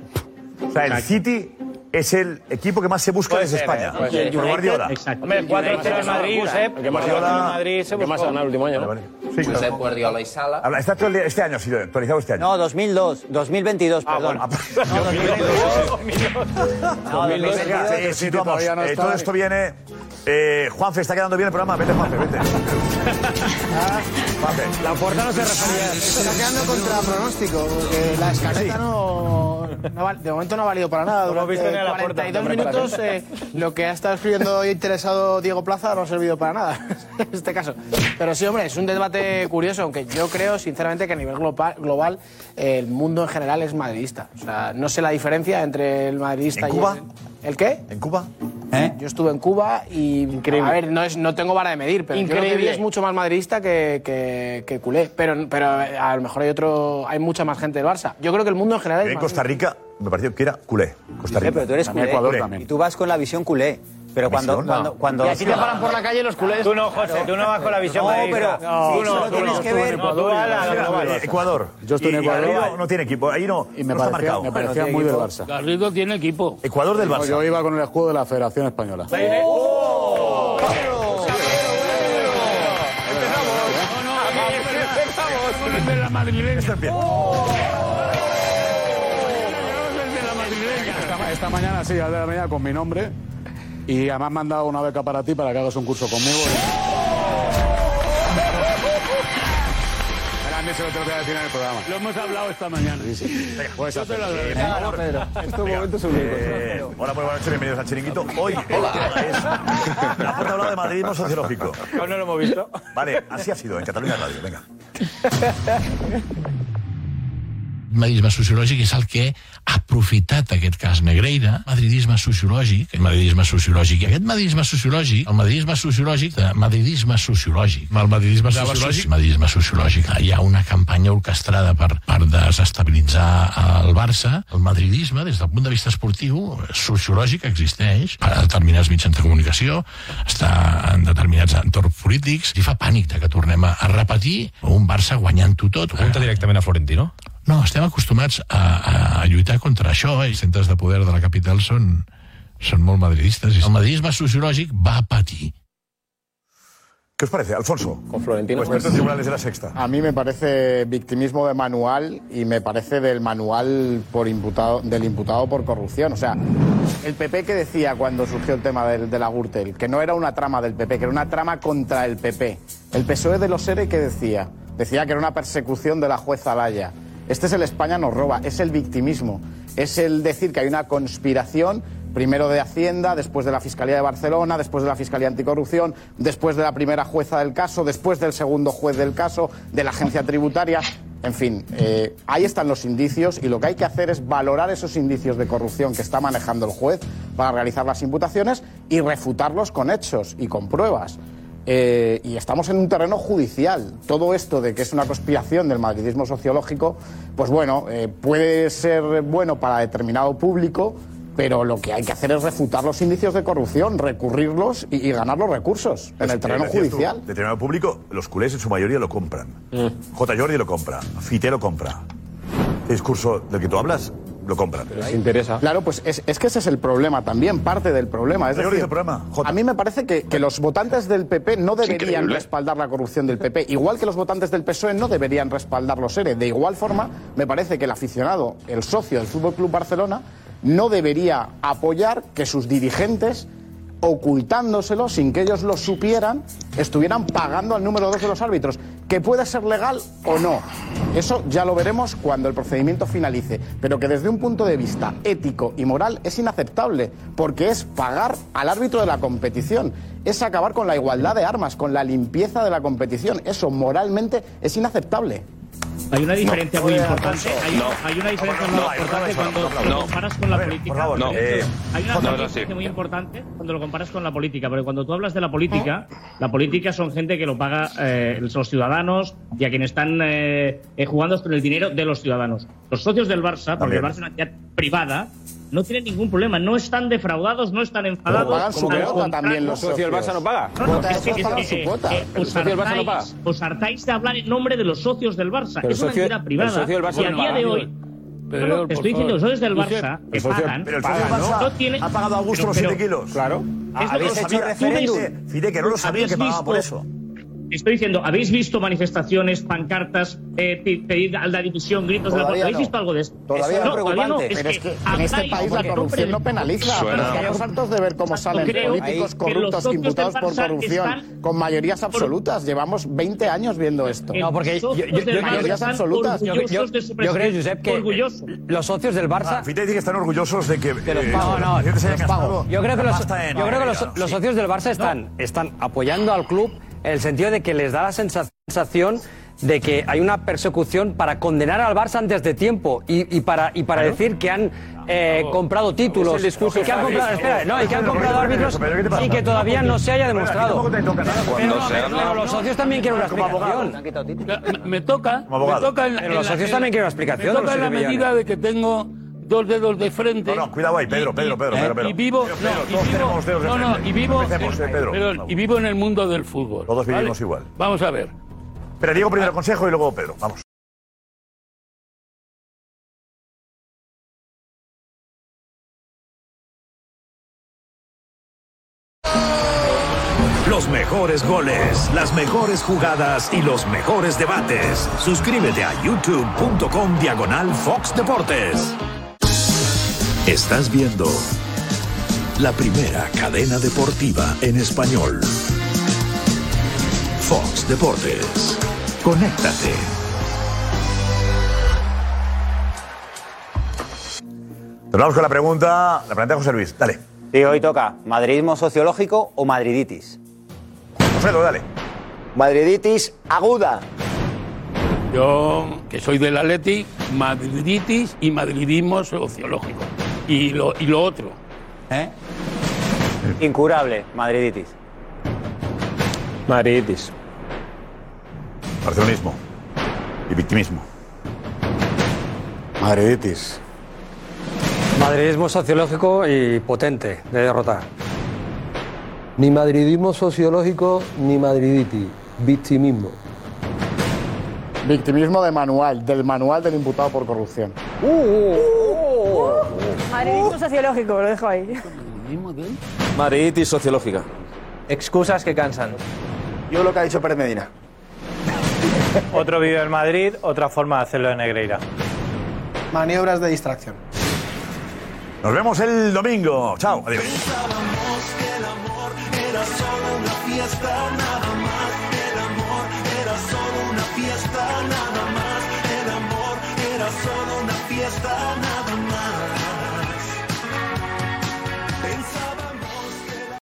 Speaker 9: O sea, el City es el equipo que más se busca desde España.
Speaker 24: puede ser.
Speaker 9: Por Guardiola.
Speaker 24: Exacto.
Speaker 2: Hombre, 4-0 en Madrid, Josep.
Speaker 24: El que más ha
Speaker 2: Guardiola
Speaker 24: ganado-
Speaker 2: en Madrid se
Speaker 24: el que más ha
Speaker 2: buscó.
Speaker 24: ganado el último año, ¿no?
Speaker 9: Sí, claro.
Speaker 4: Guardiola y Sala.
Speaker 9: Habla- Está actual- este año, ha sido actualizado este año. Ah,
Speaker 4: No, 2002, 2022, perdón.
Speaker 9: [laughs]
Speaker 2: Ah,
Speaker 4: No, 2022.
Speaker 2: pues
Speaker 9: Eh,
Speaker 4: el
Speaker 9: situamos,
Speaker 4: todavía no
Speaker 9: eh,
Speaker 4: está.
Speaker 9: todo esto viene. Eh, Juanfe, está quedando bien el programa. Vete,
Speaker 28: [laughs]
Speaker 9: Juanfe, vete. Juanfe.
Speaker 28: La puerta no se
Speaker 3: Se está quedando contra pronóstico, porque la escaleta no, no val- de momento no ha valido para nada.
Speaker 2: Como
Speaker 3: Durante
Speaker 2: viste en la puerta,
Speaker 3: 42
Speaker 2: hombre, para
Speaker 3: minutos
Speaker 2: la-
Speaker 3: eh, lo que ha estado escribiendo hoy interesado Diego Plaza no ha servido para nada, en este caso. Pero sí, hombre, es un debate curioso, aunque yo creo sinceramente que a nivel glopa- global eh, el mundo en general es madridista. O sea, no sé la diferencia entre el madridista
Speaker 9: ¿En
Speaker 3: y
Speaker 9: Cuba?
Speaker 3: El, ¿El qué?
Speaker 9: ¿En Cuba? ¿Eh?
Speaker 3: Yo estuve en Cuba y.
Speaker 24: Increíble.
Speaker 3: A ver, no, es, no tengo vara de medir, pero yo creo que
Speaker 24: Increíble.
Speaker 3: vi es mucho más madridista que, que, que culé. Pero, pero eh, a lo mejor hay otro. Hay mucha más gente del Barça. Yo creo que el mundo en general.
Speaker 9: En Eh, Costa Rica me pareció que era culé. Costa Rica.
Speaker 4: pero tú eres culé.
Speaker 9: Ecuador
Speaker 4: Y
Speaker 9: también.
Speaker 4: tú vas con la Ah, visión culé. Pero cuando,
Speaker 9: visión?
Speaker 4: cuando,
Speaker 9: No.
Speaker 4: cuando...
Speaker 9: Y así te paran
Speaker 3: por la calle los culés.
Speaker 2: Tú no, José, tú no vas con
Speaker 4: [laughs]
Speaker 2: la visión
Speaker 4: No,
Speaker 2: madridista.
Speaker 4: pero sí,
Speaker 2: tú no,
Speaker 4: solo
Speaker 2: tú
Speaker 4: tienes
Speaker 2: no,
Speaker 4: que
Speaker 2: tú
Speaker 4: ver-
Speaker 2: en Ecuador, tú vas a la- a la global.
Speaker 9: Ecuador.
Speaker 2: Yo estoy en
Speaker 9: Y- y
Speaker 2: Ecuador.
Speaker 9: Garrido no tiene equipo. Ahí no,
Speaker 7: Y me
Speaker 9: no está
Speaker 7: parecía,
Speaker 9: marcado.
Speaker 7: me parecía muy del Barça.
Speaker 25: Garrido tiene equipo.
Speaker 9: Ecuador del Barça.
Speaker 7: Yo iba con el escudo de la Federación Española. Esta, ma- esta mañana, sí, a las de la mañana con mi nombre. Y además me han dado una beca para ti para que hagas un curso conmigo. Verán, eso te lo voy a decir en el programa.
Speaker 25: Lo hemos hablado esta mañana.
Speaker 27: Pues
Speaker 7: Puedes
Speaker 25: Yo te lo
Speaker 7: hacer.
Speaker 25: agradezco.
Speaker 9: Estos momentos únicos. eh, hola, muy buenas noches, bienvenidos a Chiringuito. Hoy, hola. La puerta hablado de madridismo sociológico.
Speaker 2: Aún no lo hemos visto.
Speaker 9: Vale, así ha sido en Cataluña Radio. Venga.
Speaker 29: madridisme sociològic és el que ha aprofitat aquest cas Negreira, madridisme sociològic, madridisme sociològic, i aquest madridisme sociològic, el madridisme sociològic, de madridisme sociològic, el madridisme
Speaker 14: sociològic?
Speaker 29: madridisme sociològic. Hi ha una campanya orquestrada per, per desestabilitzar el Barça. El madridisme, des del punt de vista esportiu, sociològic existeix a determinats mitjans de comunicació, està en determinats entorns polítics, i fa pànic de que tornem a, a repetir un Barça guanyant-ho tot. Pregunta directament a Florentino. No, estem acostumats a, a, a lluitar contra això. eh? Els centres de poder de la capital són, són molt madridistes. El madridisme sociològic va patir.
Speaker 9: ¿Qué os parece, Alfonso? Con Florentino. Pues,
Speaker 27: Pues-
Speaker 9: tribunales de la sexta.
Speaker 27: A mí me parece victimismo de manual y me parece del manual por imputado, del imputado por corrupción. O sea, el PP que decía cuando surgió el tema del- de la Gürtel, que no era una trama del PP, que era una trama contra el PP. El PSOE E de los ERE que decía, decía que era una persecución de la jueza Laya. Este es el España nos roba, es el victimismo, es el decir que hay una conspiración, primero de Hacienda, después de la Fiscalía de Barcelona, después de la Fiscalía Anticorrupción, después de la primera jueza del caso, después del segundo juez del caso, de la agencia tributaria. En fin, eh, ahí están los indicios y lo que hay que hacer es valorar esos indicios de corrupción que está manejando el juez para realizar las imputaciones y refutarlos con hechos y con pruebas. Eh, y estamos en un terreno judicial. Todo esto de que es una conspiración del madridismo sociológico, pues bueno, eh, puede ser bueno para determinado público, Pero lo que hay que hacer es refutar los indicios de corrupción, recurrirlos y, y ganar los recursos en el terreno
Speaker 9: Pues Decías tú,
Speaker 27: judicial.
Speaker 9: De terreno público, los culés en su mayoría lo compran.
Speaker 2: Mm.
Speaker 9: J. Jordi lo compra, Fite lo compra. El discurso del que tú hablas lo compran.
Speaker 27: interesa. Claro, pues es, es que ese es el problema también, parte del problema. Es
Speaker 9: Mayor
Speaker 27: decir,
Speaker 9: del problema,
Speaker 27: a mí me parece que, que los votantes del PP no deberían
Speaker 9: increíble.
Speaker 27: respaldar la corrupción del PP, igual que los votantes del PSOE E no deberían respaldar los ERE. De igual forma, me parece que el aficionado, el socio del Fútbol Club Barcelona, no debería apoyar que sus dirigentes ocultándoselo sin que ellos lo supieran, estuvieran pagando al número 2 de los árbitros, que puede ser legal o no. Eso ya lo veremos cuando el procedimiento finalice, pero que desde un punto de vista ético y moral es inaceptable, porque es pagar al árbitro de la competición, es acabar con la igualdad de armas, con la limpieza de la competición, eso moralmente es inaceptable.
Speaker 22: Hay una diferencia
Speaker 27: No,
Speaker 22: muy
Speaker 27: no,
Speaker 22: importante.
Speaker 27: no.
Speaker 22: Hay, hay una diferencia
Speaker 27: No, no,
Speaker 22: muy
Speaker 27: no,
Speaker 22: importante
Speaker 27: no, no,
Speaker 22: cuando
Speaker 27: no, no,
Speaker 22: lo
Speaker 27: no.
Speaker 22: comparas con la política.
Speaker 9: favor, no, eh,
Speaker 22: hay una
Speaker 9: no, no,
Speaker 22: diferencia
Speaker 9: sí.
Speaker 22: muy importante cuando lo comparas con la política, porque cuando tú hablas de la política, la política son gente que lo paga eh, los ciudadanos y a quienes están eh, eh, jugando con el dinero de los ciudadanos. Los socios del Barça, porque el Barça es una entidad privada, no tienen ningún problema, no están defraudados, no están enfadados.
Speaker 27: pagan su
Speaker 22: al
Speaker 27: cuota
Speaker 22: contrario.
Speaker 27: también los Socio, el socios. Barça no paga. Cuota,
Speaker 22: es que-
Speaker 27: esos
Speaker 22: es
Speaker 27: pagan
Speaker 22: que,
Speaker 27: su
Speaker 22: eh,
Speaker 27: cuota.
Speaker 22: eh,
Speaker 27: El
Speaker 22: os
Speaker 27: socio del Barça no paga.
Speaker 22: hartáis- os hartáis de hablar en nombre de los socios del Barça.
Speaker 9: Pero
Speaker 22: es una
Speaker 9: el socio-
Speaker 22: entidad privada.
Speaker 9: el socio del Barça
Speaker 22: y a
Speaker 9: no
Speaker 22: día
Speaker 9: paga.
Speaker 22: de hoy.
Speaker 9: Pedro,
Speaker 22: No, no,
Speaker 9: por
Speaker 22: te estoy diciendo, los
Speaker 9: favor.
Speaker 22: socios del
Speaker 9: Lucio,
Speaker 22: Barça
Speaker 9: el
Speaker 22: que
Speaker 9: socio-
Speaker 22: pagan.
Speaker 9: pero el
Speaker 20: Ah,
Speaker 9: socio del
Speaker 22: pagan,
Speaker 9: Barça
Speaker 22: no tienen-
Speaker 9: ha pagado a gusto los
Speaker 22: pero-
Speaker 9: 7 kilos.
Speaker 22: Claro.
Speaker 9: Ah, habéis hecho referéndum. Fide, que no lo sabía que pagaba por eso.
Speaker 22: Estoy diciendo, ¿habéis visto manifestaciones, pancartas, eh, pi- pedir a la difusión, gritos de
Speaker 27: Todavía
Speaker 22: apoyo? ¿Habéis
Speaker 27: no.
Speaker 22: visto algo de esto?
Speaker 27: Todavía
Speaker 22: no,
Speaker 27: no.
Speaker 22: todavía no.
Speaker 27: Pero es que en este
Speaker 22: habláis
Speaker 27: país
Speaker 22: porque
Speaker 27: la corrupción no
Speaker 22: pre-
Speaker 27: penaliza.
Speaker 22: Suena.
Speaker 27: Estamos hartos de ver cómo salen
Speaker 22: Creo
Speaker 27: políticos
Speaker 22: que los
Speaker 27: corruptos
Speaker 22: socios
Speaker 27: imputados
Speaker 22: del
Speaker 27: por
Speaker 22: Barça
Speaker 27: corrupción
Speaker 22: están
Speaker 27: con mayorías absolutas. Llevamos 20 años viendo esto.
Speaker 20: No, porque yo, yo- yo- yo-
Speaker 27: mayorías absolutas.
Speaker 20: yo- yo- yo creo, Josep, que los socios del Barça.
Speaker 9: Fite Ah, dice que están orgullosos de que.
Speaker 20: Te los
Speaker 9: eh,
Speaker 20: pago, no,
Speaker 9: la gente se
Speaker 20: te
Speaker 9: haya
Speaker 20: los pago.
Speaker 9: gastado
Speaker 20: Yo creo que
Speaker 9: la
Speaker 20: los,
Speaker 9: pasta en
Speaker 20: yo creo que los-
Speaker 9: Navidad.
Speaker 20: los socios del Barça están, están apoyando al club en el sentido de que les da la sensa- sensación de que hay una persecución para condenar al Barça antes de tiempo y, y para, y para decir que han eh, comprado títulos.
Speaker 4: Es el discurso
Speaker 20: y que han
Speaker 4: de-
Speaker 20: comprado, espera, no, y que han
Speaker 4: Pero,
Speaker 20: comprado
Speaker 4: pero,
Speaker 20: árbitros
Speaker 4: pero, ¿qué te pasa?
Speaker 20: y que todavía no se haya
Speaker 4: Bueno, a ti
Speaker 20: demostrado.
Speaker 4: tampoco te toca nada.
Speaker 20: Pero,
Speaker 4: Cuando se
Speaker 20: pero
Speaker 4: habla-
Speaker 20: los socios también quieren una
Speaker 4: Como abogado.
Speaker 20: explicación.
Speaker 7: Me toca,
Speaker 20: Como abogado.
Speaker 7: me toca en, la-
Speaker 20: Pero
Speaker 7: en
Speaker 20: los
Speaker 7: la-
Speaker 20: socios
Speaker 7: en-
Speaker 20: también quieren una explicación,
Speaker 7: Me
Speaker 20: los
Speaker 7: toca en la
Speaker 20: siete millones.
Speaker 7: medida de que tengo dos dedos de frente.
Speaker 9: No, no, cuidado ahí, Pedro, Pedro, Pedro,
Speaker 7: y-
Speaker 9: Pedro, Pedro.
Speaker 7: Y vivo,
Speaker 9: Pedro,
Speaker 7: no,
Speaker 9: Pedro,
Speaker 7: y
Speaker 9: todos
Speaker 7: vivo-
Speaker 9: tenemos dedos de
Speaker 7: no, no,
Speaker 9: frente.
Speaker 7: y vivo,
Speaker 9: Empecemos, eh, Pedro.
Speaker 7: perdón, y vivo en el mundo del fútbol.
Speaker 9: Todos
Speaker 7: ¿vale?
Speaker 9: vivimos igual.
Speaker 7: Vamos a ver.
Speaker 9: Pero Diego primero consejo y luego Pedro. Vamos.
Speaker 14: Los mejores goles, las mejores jugadas y los mejores debates. Suscríbete a youtube.com diagonal Fox Deportes. Estás viendo la primera cadena deportiva en español. Fox Deportes. Conéctate.
Speaker 9: Vamos con la pregunta, la pregunta de José Luis. Dale.
Speaker 16: Sí, hoy toca. ¿Madridismo sociológico o madriditis?
Speaker 9: Alfredo, dale.
Speaker 3: Madriditis aguda.
Speaker 7: Yo, que soy del Atleti, madriditis y madridismo sociológico. Y lo, y lo otro.
Speaker 16: ¿Eh? Incurable, madriditis.
Speaker 4: Madriditis.
Speaker 9: Barcelonismo. Y victimismo.
Speaker 20: Madriditis. Madridismo sociológico y potente de derrotar.
Speaker 10: Ni madridismo sociológico ni madriditis. Victimismo.
Speaker 27: Victimismo de manual, del manual del imputado por corrupción.
Speaker 1: Madridismo sociológico, lo dejo ahí.
Speaker 16: Madriditis sociológica. Excusas que cansan.
Speaker 3: Yo lo que ha dicho Pérez Medina.
Speaker 2: Otro vídeo del Madrid, otra forma de hacerlo de Negreira.
Speaker 3: Maniobras de distracción.
Speaker 9: Nos vemos eh. el domingo. Chao. Adiós.
Speaker 15: Pensábamos que el amor era solo una fiesta nada más